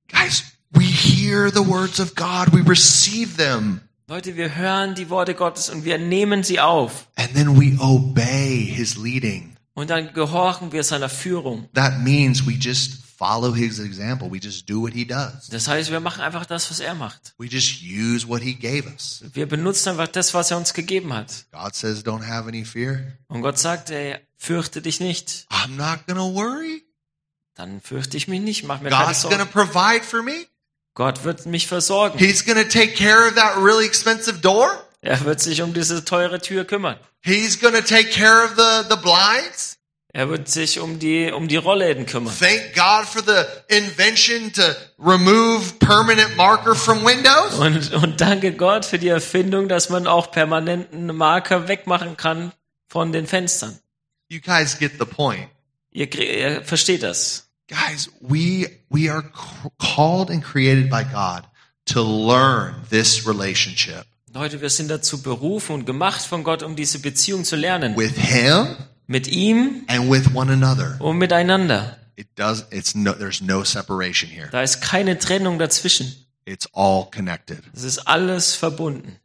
Guys, we hear the words of God, we receive them, Leute, wir hören die Worte Gottes und wir nehmen sie auf. and then we obey his leading. Und dann gehorchen wir seiner Führung. That means we just follow his example. We just do what he does. Das heißt, wir machen einfach das, was er macht. We just use what he gave us. Wir benutzen einfach das, was er uns gegeben hat. God says, don't have any fear. Und Gott sagt, ey, fürchte dich nicht. I'm not going to worry. Dann fürchte ich mich nicht, mach mir keine God's going to Sorgen. provide for me. Gott wird mich versorgen. He's going to take care of that really expensive door. Er wird sich um diese teure Tür kümmern. He's going to take care of the, the blinds. Er wird sich um die, um die Rollläden kümmern. Thank God for the invention to remove permanent marker from windows. Und, und danke Gott für die Erfindung, dass man auch permanenten Marker wegmachen kann von den Fenstern. You guys get the point. Ihr, krie- ihr versteht das. Guys, we, we are c- called and created by God to learn this relationship Leute, wir sind dazu berufen und gemacht von Gott, um diese Beziehung zu lernen. with Him Mit ihm and with one another. und miteinander. It does, it's no, there's no separation here. Da ist keine Trennung dazwischen. It's all connected. Es ist alles verbunden.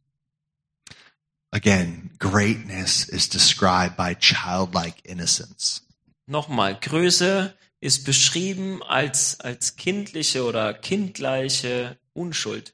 Again, greatness is described by childlike innocence. Nochmal, Größe ist beschrieben als, als kindliche oder kindgleiche Unschuld.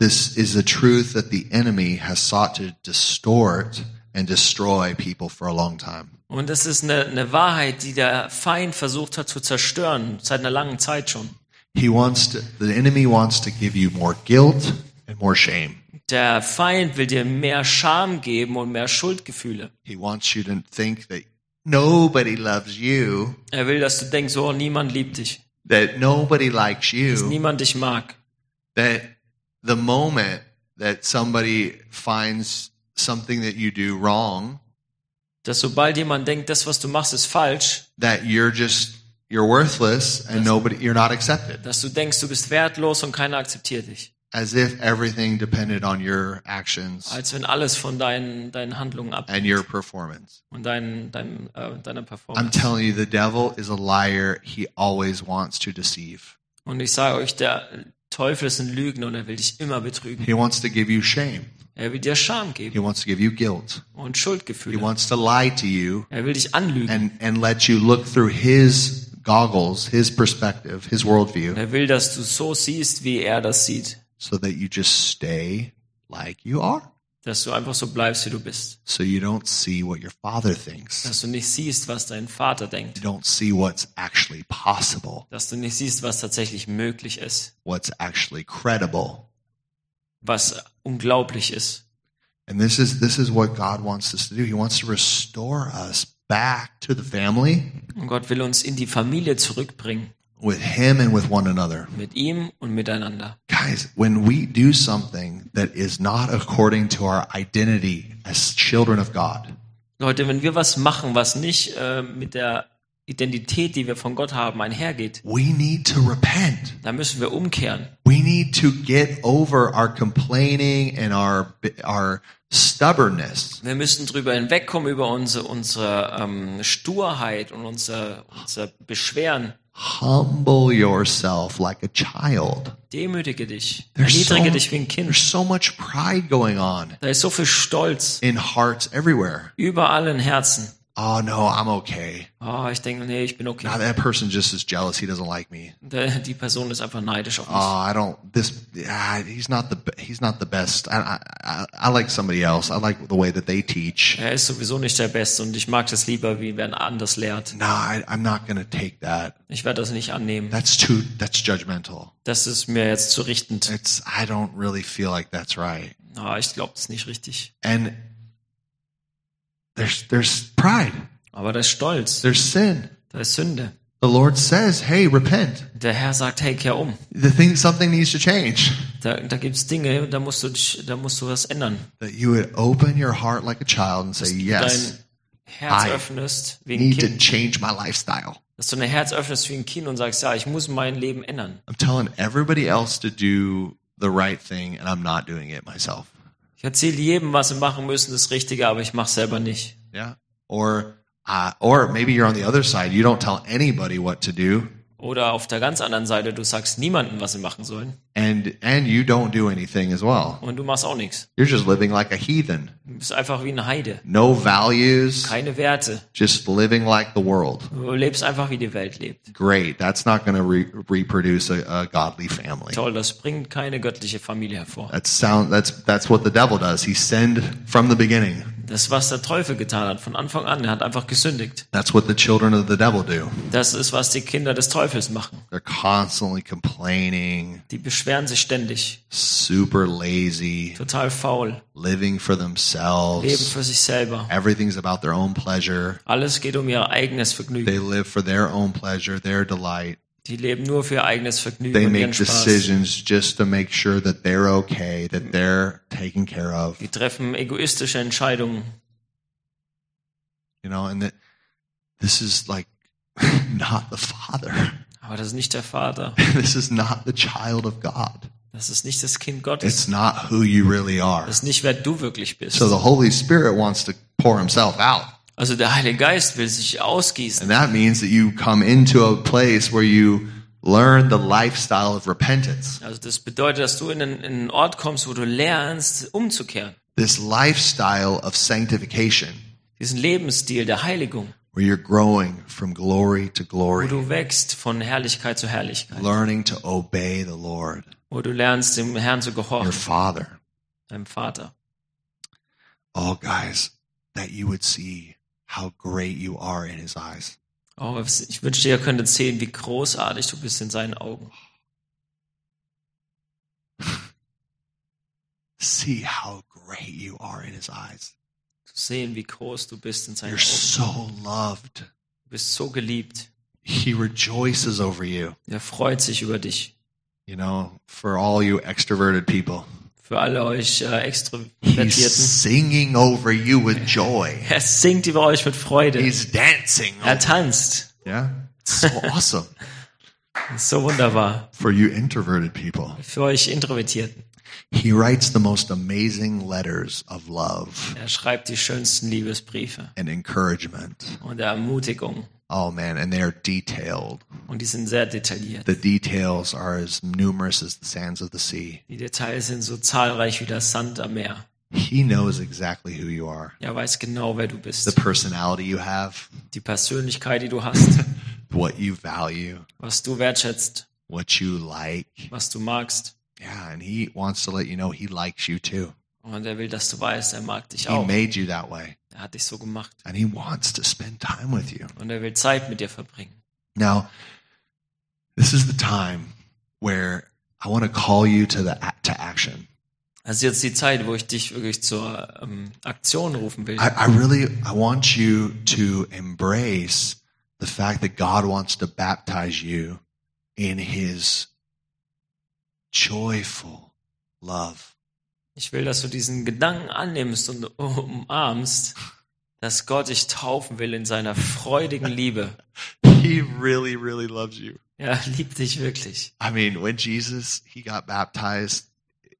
This is the truth that the enemy has sought to distort and destroy people for a long time. Und das ist eine, eine Wahrheit, die der Feind versucht hat zu zerstören, seit einer langen Zeit schon. He wants to, the enemy wants to give you more guilt and more shame. Der Feind will dir mehr Scham geben und mehr Schuldgefühle. He wants you to think that nobody loves you, Er will, dass du denkst, oh, niemand liebt dich, that nobody likes you, niemand dich mag. that the moment that somebody finds something that you do wrong, Dass sobald jemand denkt, das, was du machst, ist falsch, that you're just you're worthless and nobody you're not accepted dass du denkst, du bist wertlos und keiner akzeptiert dich. as if everything depended on your actions Als wenn alles von deinen, deinen Handlungen abhängt and your performance und deinen, deinem, äh, deiner Performance. i'm telling you the devil is a liar he always wants to deceive Und ich sage euch, der Teufel ist ein Lügner und er will dich immer betrügen. he wants to give you shame Er will dir Scham he geben wants to give you guilt und he Schuldgefühle. wants to lie to you Er will dich anlügen. and and let you look through his goggles his perspective his worldview Er will, dass du so siehst, wie er das sieht. so that you just stay like you are dass du einfach so bleibst, wie du bist. so you don't see what your father thinks. Dass du nicht siehst, was dein Vater denkt. You don't see what's actually possible, Dass du nicht siehst, was tatsächlich möglich ist, what's actually credible. was unglaublich ist. And this is this is what God wants us to do. He wants to restore us back to the family Und Gott will uns in die Familie zurückbringen. with him and with one another. Mit ihm und miteinander. Guys, when we do something that is not according to our identity as children of God, Leute, wenn wir was machen, was nicht äh, mit der Identität, die wir von Gott haben, einhergeht, we need to repent. dann müssen wir umkehren. We need to get over our complaining and our our stubbornness. Wir müssen drüber hinwegkommen über unsere, unsere ähm, Sturheit und unser, unser Beschweren. Humble yourself like a child. Demütige dich. There's so, Erniedrige dich wie ein there's Kind. so much pride going on Da ist so viel Stolz in hearts everywhere. überall in Herzen. Oh no, I'm okay. Oh, ich denke, nee, ich bin Now okay. that person just is jealous. He doesn't like me. Da- Die Person ist einfach neidisch auf Oh, mich. I don't. This ah, he's not the be- he's not the best. I, I I- I like somebody else. I like the way that they teach. Er ist sowieso nicht der Beste und ich mag das lieber, wie wenn anders lehrt. No, I, I'm not going to take that. Ich werde das nicht annehmen. That's too. That's judgmental. Das ist mir jetzt zu richtend. It's I don't really feel like that's right. Ah, ich glaube, das ist nicht richtig. And there's there's pride. Aber da ist Stolz, There's sin. da ist Sünde. The Lord says, "Hey, repent." Der Herr sagt, hey, kehr um. The thing something needs to change. Da, da gibt's Dinge, da musst du dich, da musst du was ändern. That you would open your heart like a child and say, "Yes, Dein Herz I öffnest wie ein need to Kind. change my lifestyle." Dass du dein Herz öffnest wie ein Kind und sagst, ja, ich muss mein Leben ändern. I'm telling everybody else to do the right thing, and I'm not doing it myself. Ich erzähle jedem, was sie machen müssen, das Richtige, aber ich mache selber nicht. Yeah. Or, uh, or maybe you're on the other side. You don't tell anybody what to do, Oder auf der ganz anderen Seite, du sagst niemandem, was sie machen sollen and and you don't do anything as well. und du machst auch nichts. You're just living like a heathen. Du bist einfach wie eine Heide. No values. Keine Werte. Just living like the world. Du lebst einfach, wie die Welt lebt. Great. That's not going to re- reproduce a, a godly family. Toll, das bringt keine göttliche Familie hervor. That's sound. That's that's what the devil does. He sinned from the beginning. Das, was der Teufel getan hat, von Anfang an, er hat einfach gesündigt. That's what the children of the devil do. Das ist, was die Kinder des Teufels machen. They're constantly complaining, Die beschweren sich ständig, super lazy, total faul, living for leben themselves. für sich selber. Everything's about their own pleasure. Alles geht um ihr eigenes Vergnügen. They live for their own pleasure, their delight. Die leben nur für ihr eigenes Vergnügen They und ihren make Spaß. decisions just to make sure that they're okay, that they're taken care of. Die treffen egoistische Entscheidungen. you know and that this is like <laughs> not the father <laughs> Aber das ist nicht der Vater. this is not the child of god Das ist nicht das Kind Gottes. it's not who you really are Das ist nicht, wer du wirklich bist. so the holy spirit wants to pour himself out Also der Heilige Geist will sich ausgießen. and that means that you come into a place where you learn the lifestyle of repentance Also das bedeutet, dass du in einen, in einen Ort kommst, wo du lernst, umzukehren. this lifestyle of sanctification Diesen Lebensstil der Heiligung, where you're growing from glory to wo glory du wächst von Herrlichkeit zu Herrlichkeit, learning to obey the lord wo du lernst, dem Herrn zu your gehorchen, father deinem Vater. oh guys that you would see how great you are in his eyes Oh, ich wünschte, ihr könntet sehen, wie großartig du bist in seinen Augen. see how great you are in his eyes. Zu sehen, wie groß du bist in seinen You're so Augen. loved. Du bist so geliebt. He rejoices over you, Er freut sich über dich. you know, for all you extroverted people. Für alle euch äh, He's Extrovertierten. singing over you with joy. Er singt über euch mit Freude. He's dancing. Er tanzt. Yeah. It's so awesome Das ist so wunderbar. for you introverted people. Für euch Introvertierten. He writes the most amazing letters of love Er schreibt die schönsten Liebesbriefe and encouragement. und Ermutigungen. Oh man, and they are detailed. Und die sind sehr detailliert. The details are as numerous as the sands of the sea. Die Details sind so zahlreich wie der Sand am Meer. He knows exactly who you are. Er weiß genau, wer du the bist. personality you have, Die Persönlichkeit, die du hast. what you value, Was du wertschätzt. what you like. Was du magst. Yeah, and he wants to let you know he likes you too. Und er will, dass du weißt, er mag dich He auch. made you that way, Er hat dich so gemacht. and He wants to spend time with you. Und er will Zeit mit dir verbringen. Now, this is the time where I want to call you to the to action. Das ist jetzt die Zeit, wo ich dich wirklich zur ähm, Aktion rufen will. I, I really I want you to embrace the fact that God wants to baptize you in His joyful love. Ich will, dass du diesen Gedanken annimmst und <laughs> umarmst, dass Gott dich taufen will in seiner freudigen Liebe. He really, really loves you. Er liebt dich wirklich. I mean, when Jesus he got baptized,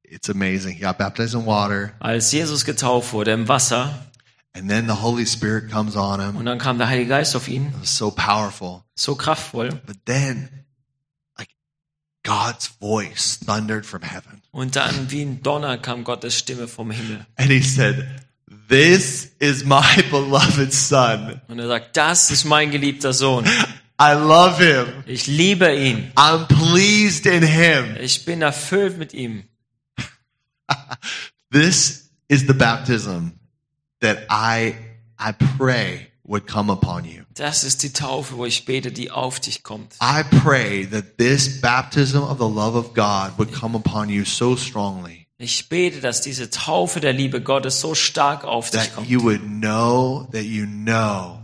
it's amazing. He got baptized in water, Als Jesus getauft wurde im Wasser and then the Holy Spirit comes on him. und dann kam der Heilige Geist auf ihn, It was so powerful. so kraftvoll. But then, like God's voice thundered from heaven, Und dann wie ein Donner kam Gottes Stimme vom Himmel. and He said, "This is my <laughs> beloved Son. Und er sagt, das ist mein geliebter Sohn. I love Him. Ich liebe ihn. I'm pleased in Him." Ich bin erfüllt mit ihm. This is the baptism that I I pray would come upon you. Das ist die Taufe, wo ich bete, die auf dich kommt. I pray that this baptism of the love of God would come upon you so strongly Ich bete, dass diese Taufe der Liebe Gottes so stark auf dich that kommt. you would know that you know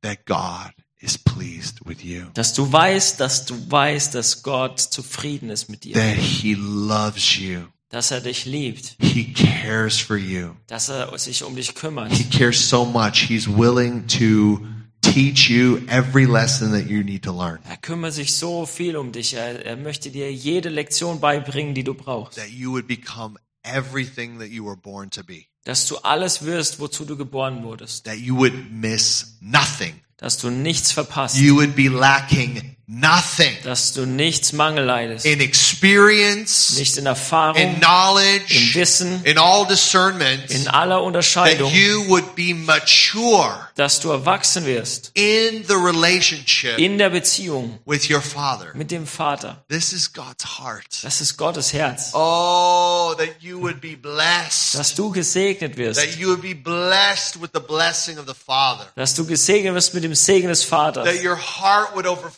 that God is pleased with you, Dass du weißt, dass du weißt, dass Gott zufrieden ist mit dir. that He loves you, Dass er dich liebt. He cares for you. Dass er sich um dich kümmert. He cares so much, He's willing to teach you every lesson that you need to learn. Er kümmert sich so viel um dich. Er, er möchte dir jede Lektion beibringen, die du brauchst. That you would become everything that you were born to be, Dass du alles wirst, wozu du geboren wurdest. that you would miss nothing, Dass du nichts verpasst. you would be lacking nothing. Dass du nichts Mangel leidest. in experience, Nicht in in Erfahrung, in knowledge, Wissen, in all discernment, in aller that Unterscheidung. you would be mature dass du erwachsen wirst in the relationship in der Beziehung with your Father. mit dem Vater. This is God's heart. Das ist Gottes Herz. Oh, that you would be blessed, Dass du gesegnet wirst. that you would be blessed with the blessing of the Father, Dass du gesegnet wirst mit dem Segen des Vaters. that your heart would overflow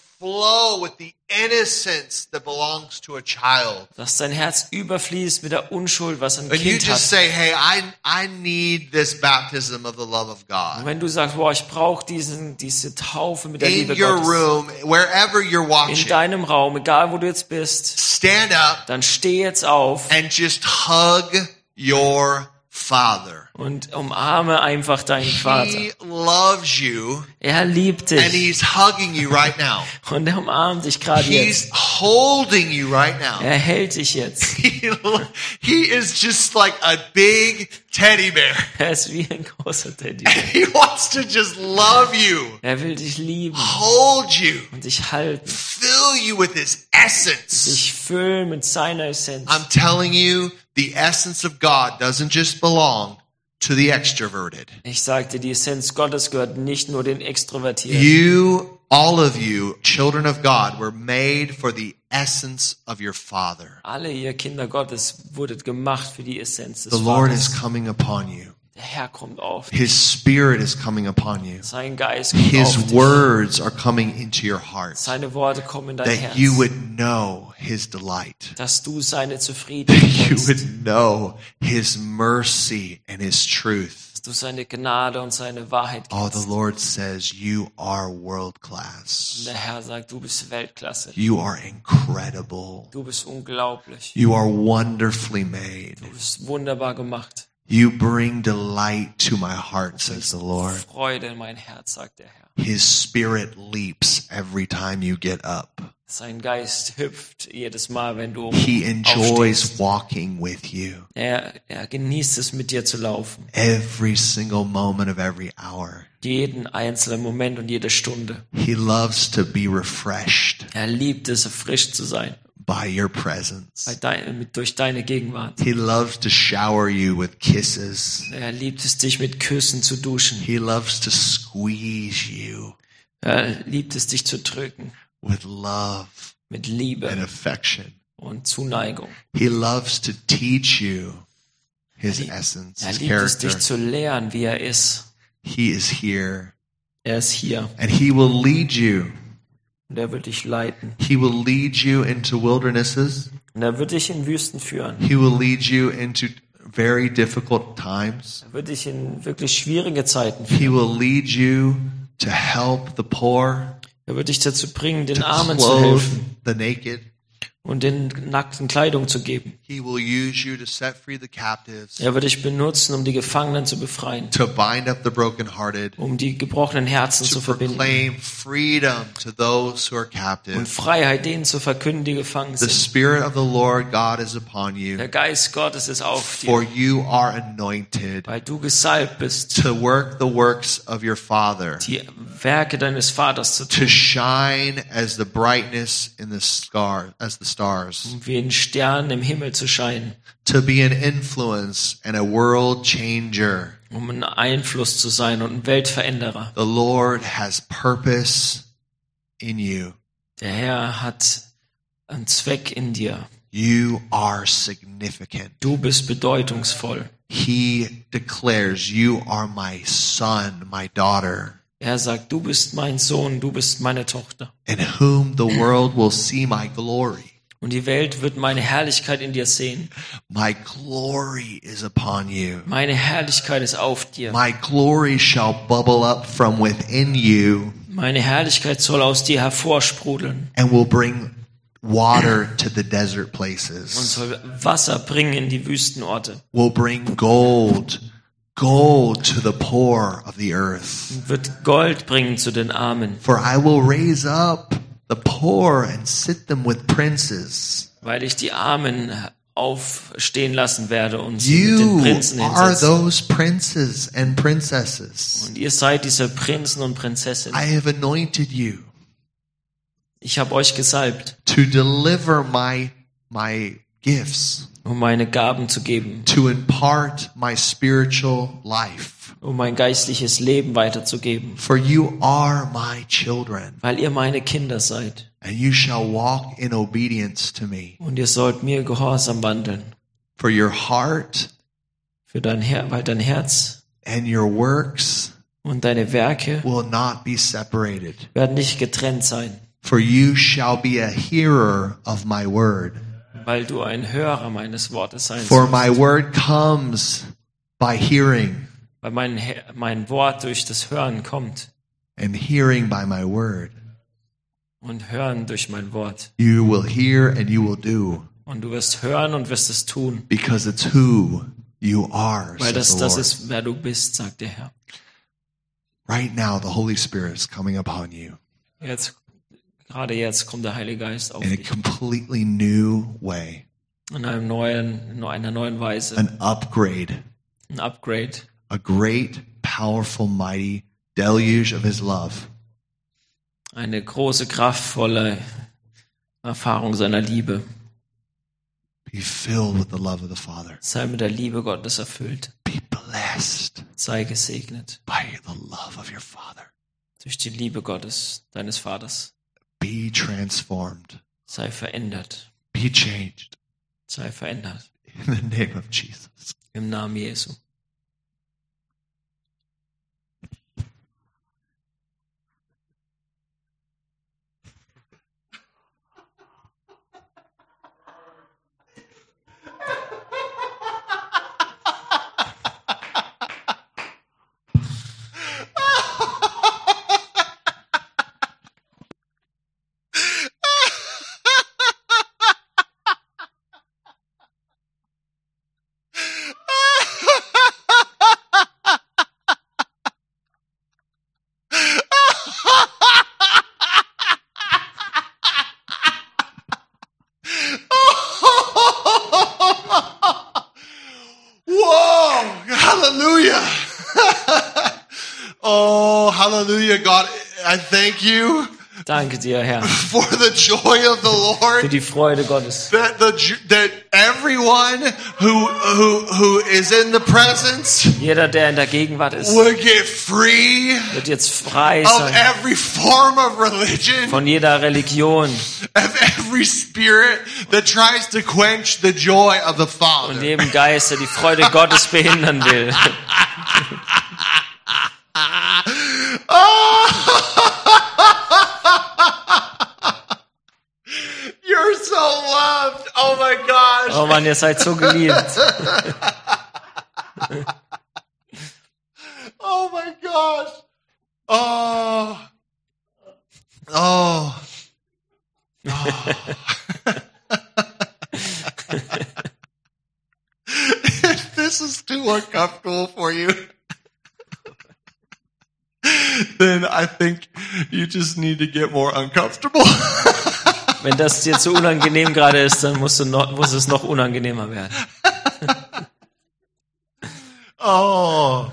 with the innocence that belongs to a child. Dass dein Herz überfließt mit der Unschuld, was ein And you Kind just hat. say, hey, I, I need this baptism of the love of God. Und wenn du sagst, boah, ich brauche diesen, diese Taufe mit der in Liebe your Gottes room, wherever you're in watching, deinem Raum, egal wo du jetzt bist, stand up dann steh jetzt auf and just hug your father. und umarme einfach deinen Vater. He loves you Er liebt and dich he's hugging you right now. und er umarmt dich gerade jetzt. He's holding you right now. Er hält dich jetzt. <laughs> He, lo- he is just like a big teddy bear. <laughs> Er ist wie ein großer Teddy. He wants to just love you, Er will dich lieben hold you, und dich halten, fill you with his essence. dich füllen mit seiner Essenz. I'm telling you, the essence of God doesn't just belong to the extroverted. Ich sagte, die Essenz Gottes gehört nicht nur den Extrovertierten. You, all of you, children of God, were made for the essence of your Father. Alle ihr Kinder Gottes wurdet gemacht für die Essenz The des Lord is Vaters. coming upon you. Der Herr kommt auf. His Spirit is coming upon you. Sein Geist kommt auf His dich. words are coming into your heart. Seine Worte kommen in dein That you Herz. would know His delight. Dass du <laughs> seine That Zufriedenheit <laughs> you kennst. would know His mercy and His truth. Dass du seine Gnade und seine Wahrheit Oh, kennst. the Lord says, You are world class. Und der Herr sagt, du bist Weltklasse. You are incredible. Du bist unglaublich. You are wonderfully made. Du bist wunderbar gemacht. You bring delight to my heart, says the Lord. Freude in mein Herz, sagt der Herr. His spirit leaps every time you get up. Sein Geist hüpft jedes Mal, wenn du um He aufstehst. enjoys walking with you Er, er genießt es, mit dir zu laufen. every single moment of every hour. Jeden einzelnen Moment und jede Stunde. He loves to be refreshed Er liebt es, erfrischt zu sein by your bei presence. dein, mit, durch deine Gegenwart. He loves to shower you with kisses. Er liebt es, dich mit Küssen zu duschen. He loves to squeeze you Er liebt es, dich zu drücken with love mit and Liebe affection. und Zuneigung. He loves to teach you his Er lieb- essence, Er his liebt es, character. dich zu lehren, wie er ist. He is here Er ist hier and he will lead you. und er wird dich leiten. He will lead you into wildernesses. Und er wird dich in Wüsten führen. He will lead you into very difficult times. Er wird dich in wirklich schwierige Zeiten führen. He will lead you to help the poor, Er wird dich dazu bringen, den to Armen zu clothe helfen the naked. und den nackten Kleidung zu geben. He will use you to set free the captives, Er wird dich benutzen, um die Gefangenen zu befreien, to bind up the brokenhearted, um die gebrochenen Herzen zu to verbinden proclaim freedom to those who are und captive. Freiheit denen zu verkünden, die gefangen The sind. Spirit of the Lord God is upon you, Der Geist Gottes ist auf dir, for you are anointed weil du gesalbt bist, to work the works of your Father. die Werke deines Vaters zu tun, to shine as the brightness in the star as the stars um wie ein Stern im Himmel zu scheinen, to be an influence and a world changer um ein Einfluss zu sein und ein Weltveränderer. the lord has purpose in you Der Herr hat einen Zweck in dir. you are significant Du bist bedeutungsvoll. he declares you are my son my daughter Er sagt, du bist mein Sohn, du bist meine Tochter. in whom the world will see my glory Und die Welt wird meine Herrlichkeit in dir sehen. my glory is upon you Meine Herrlichkeit ist auf dir. my glory shall bubble up from within you Meine Herrlichkeit soll aus dir hervorsprudeln and will bring water to the desert und places. soll Wasser bringen in die Wüstenorte. Will bring gold, gold to the poor of the earth. Wird Gold bringen zu den Armen, For I will raise up the poor and sit them with princes. weil ich die Armen aufstehen lassen werde und sie mit den You Prinzen are hinsetzen. those princes and princesses. Und ihr seid diese Prinzen und Prinzessinnen. I have anointed you Ich habe euch gesalbt, to deliver my my gifts, um meine Gaben zu geben, to impart my spiritual life. um mein geistliches Leben weiterzugeben, For you are my children. weil ihr meine Kinder seid. and you shall walk in obedience to me. Und ihr sollt mir gehorsam wandeln, For your heart für dein Her weil dein Herz and your works und deine Werke will not be separated. werden nicht getrennt sein, For you shall be a hearer of my word. weil du ein Hörer meines Wortes sein For sollst. my word comes by hearing, Weil mein, He- mein Wort durch das Hören kommt and hearing by my word. und Hören durch mein Wort. You will hear and you will do, Und du wirst hören und wirst es tun, because it's who you are. weil says das the das Lord. ist, wer du bist, sagt der Herr. Right now, the Holy Spirit is coming upon you Jetzt, gerade jetzt kommt der Heilige Geist auf in a dich completely new way, in einem neuen, in einer neuen Weise, an upgrade. ein Upgrade, a great, powerful, mighty deluge of his love. eine große, kraftvolle Erfahrung seiner Liebe. Be filled with the love of the Father. Sei mit der Liebe Gottes erfüllt. Be blessed Sei gesegnet by the love of your Father. durch die Liebe Gottes, deines Vaters. Be transformed. Sei verändert. Be changed Sei verändert. in the name of Jesus. Im Namen Jesu. <laughs> Whoa! Hallelujah! <laughs> oh, hallelujah, God. I thank you Danke dir, Herr, for the joy of the für Lord. die Freude Gottes. That the Ju- that everyone who who who is in the presence Jeder, der in der Gegenwart ist, will get free wird jetzt frei of sein every form of religion, von jeder Religion of every spirit that tries to quench the joy of the und Father. jedem Geist, der die Freude Gottes behindern will. Oh! <laughs> You're so loved. Oh my gosh. Oh Mann, ihr seid so geliebt. Oh my gosh. Oh. Oh. If <laughs> this is too uncomfortable for you. <laughs> Then I think you just need to get more uncomfortable. <laughs> Wenn das dir zu unangenehm gerade ist, dann musst du noch, muss es noch unangenehmer werden. oh.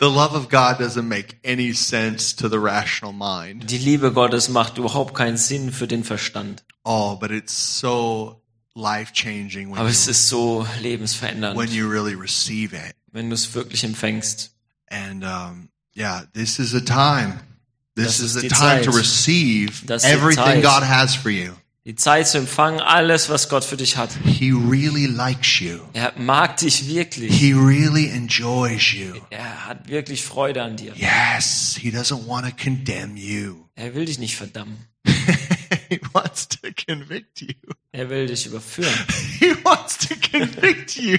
The love of God doesn't make any sense to the rational mind. Die Liebe Gottes macht überhaupt keinen Sinn für den Verstand. Oh, but it's so life changing when, Aber es you, ist so when lebensverändernd, you really receive it. wenn du es wirklich empfängst. And um, yeah, this is a time. This Das is the ist die time to Zeit. receive Das ist die everything Zeit. God has for you. Die Zeit zu empfangen, alles, was Gott für dich hat. He really likes you. Er mag dich wirklich. He really enjoys you. Er hat wirklich Freude an dir. Yes, he doesn't want to condemn you. <laughs> Er will dich nicht verdammen. he wants to convict you. Er will dich <laughs> überführen. He wants to convict you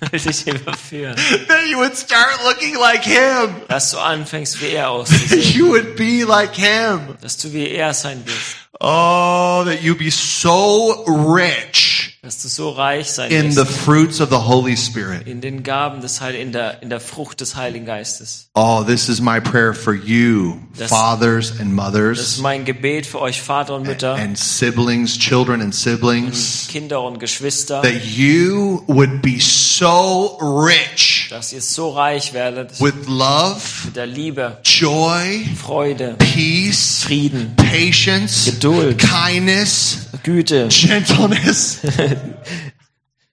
Er will dich überführen. <laughs> that you would start looking like him. Dass du anfängst, wie er auszusehen. You would be like him. Dass du wie er sein wirst. Oh, that you be so rich Dass du so reich sein in the wirst. fruits of the Holy Spirit. In den Gaben des Heil, in der, in der Frucht des Heiligen Geistes. Oh, this is my prayer for you, Das- fathers and Das ist mothers, mein Gebet für euch Vater und Mütter, and siblings, children and siblings, Kinder und Geschwister, that you would be so rich dass ihr so reich werdet mit with love, der Liebe, joy, Freude, peace, Frieden, patience, Geduld, kindness, Güte, gentleness,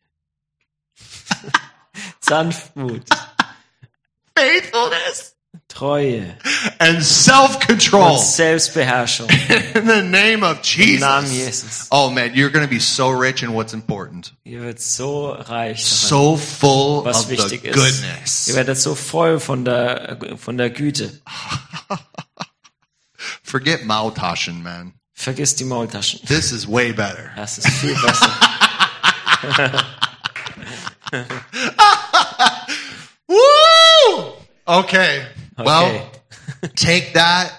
<laughs> Sanftmut, faithfulness, Treue and self-control. und Selbstbeherrschung. In the name of Im Jesus. Namen Jesus. Oh man, you're going to be so rich in what's important. Ihr werdet so reich. daran. So full was of the wichtig ist. Ihr goodness. werdet so voll von der, von der Güte. Forget Maultaschen, man. Vergiss die Maultaschen. This is way better. Das ist viel besser. <laughs> Woo! Okay. Okay. Well, take that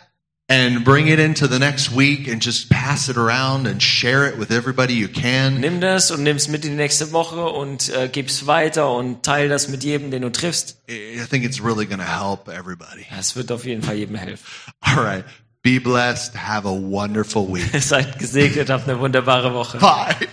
and bring it into the next week and just pass it around and share it with everybody you can. Nimm das und nimm's mit in die nächste Woche und äh, gib's weiter und teil das mit jedem, den du triffst. I I think it's really going to help everybody. Das wird auf jeden Fall jedem helfen. All right. Be blessed. Have a wonderful week. <laughs> Seid gesegnet, habt eine wunderbare Woche. Bye.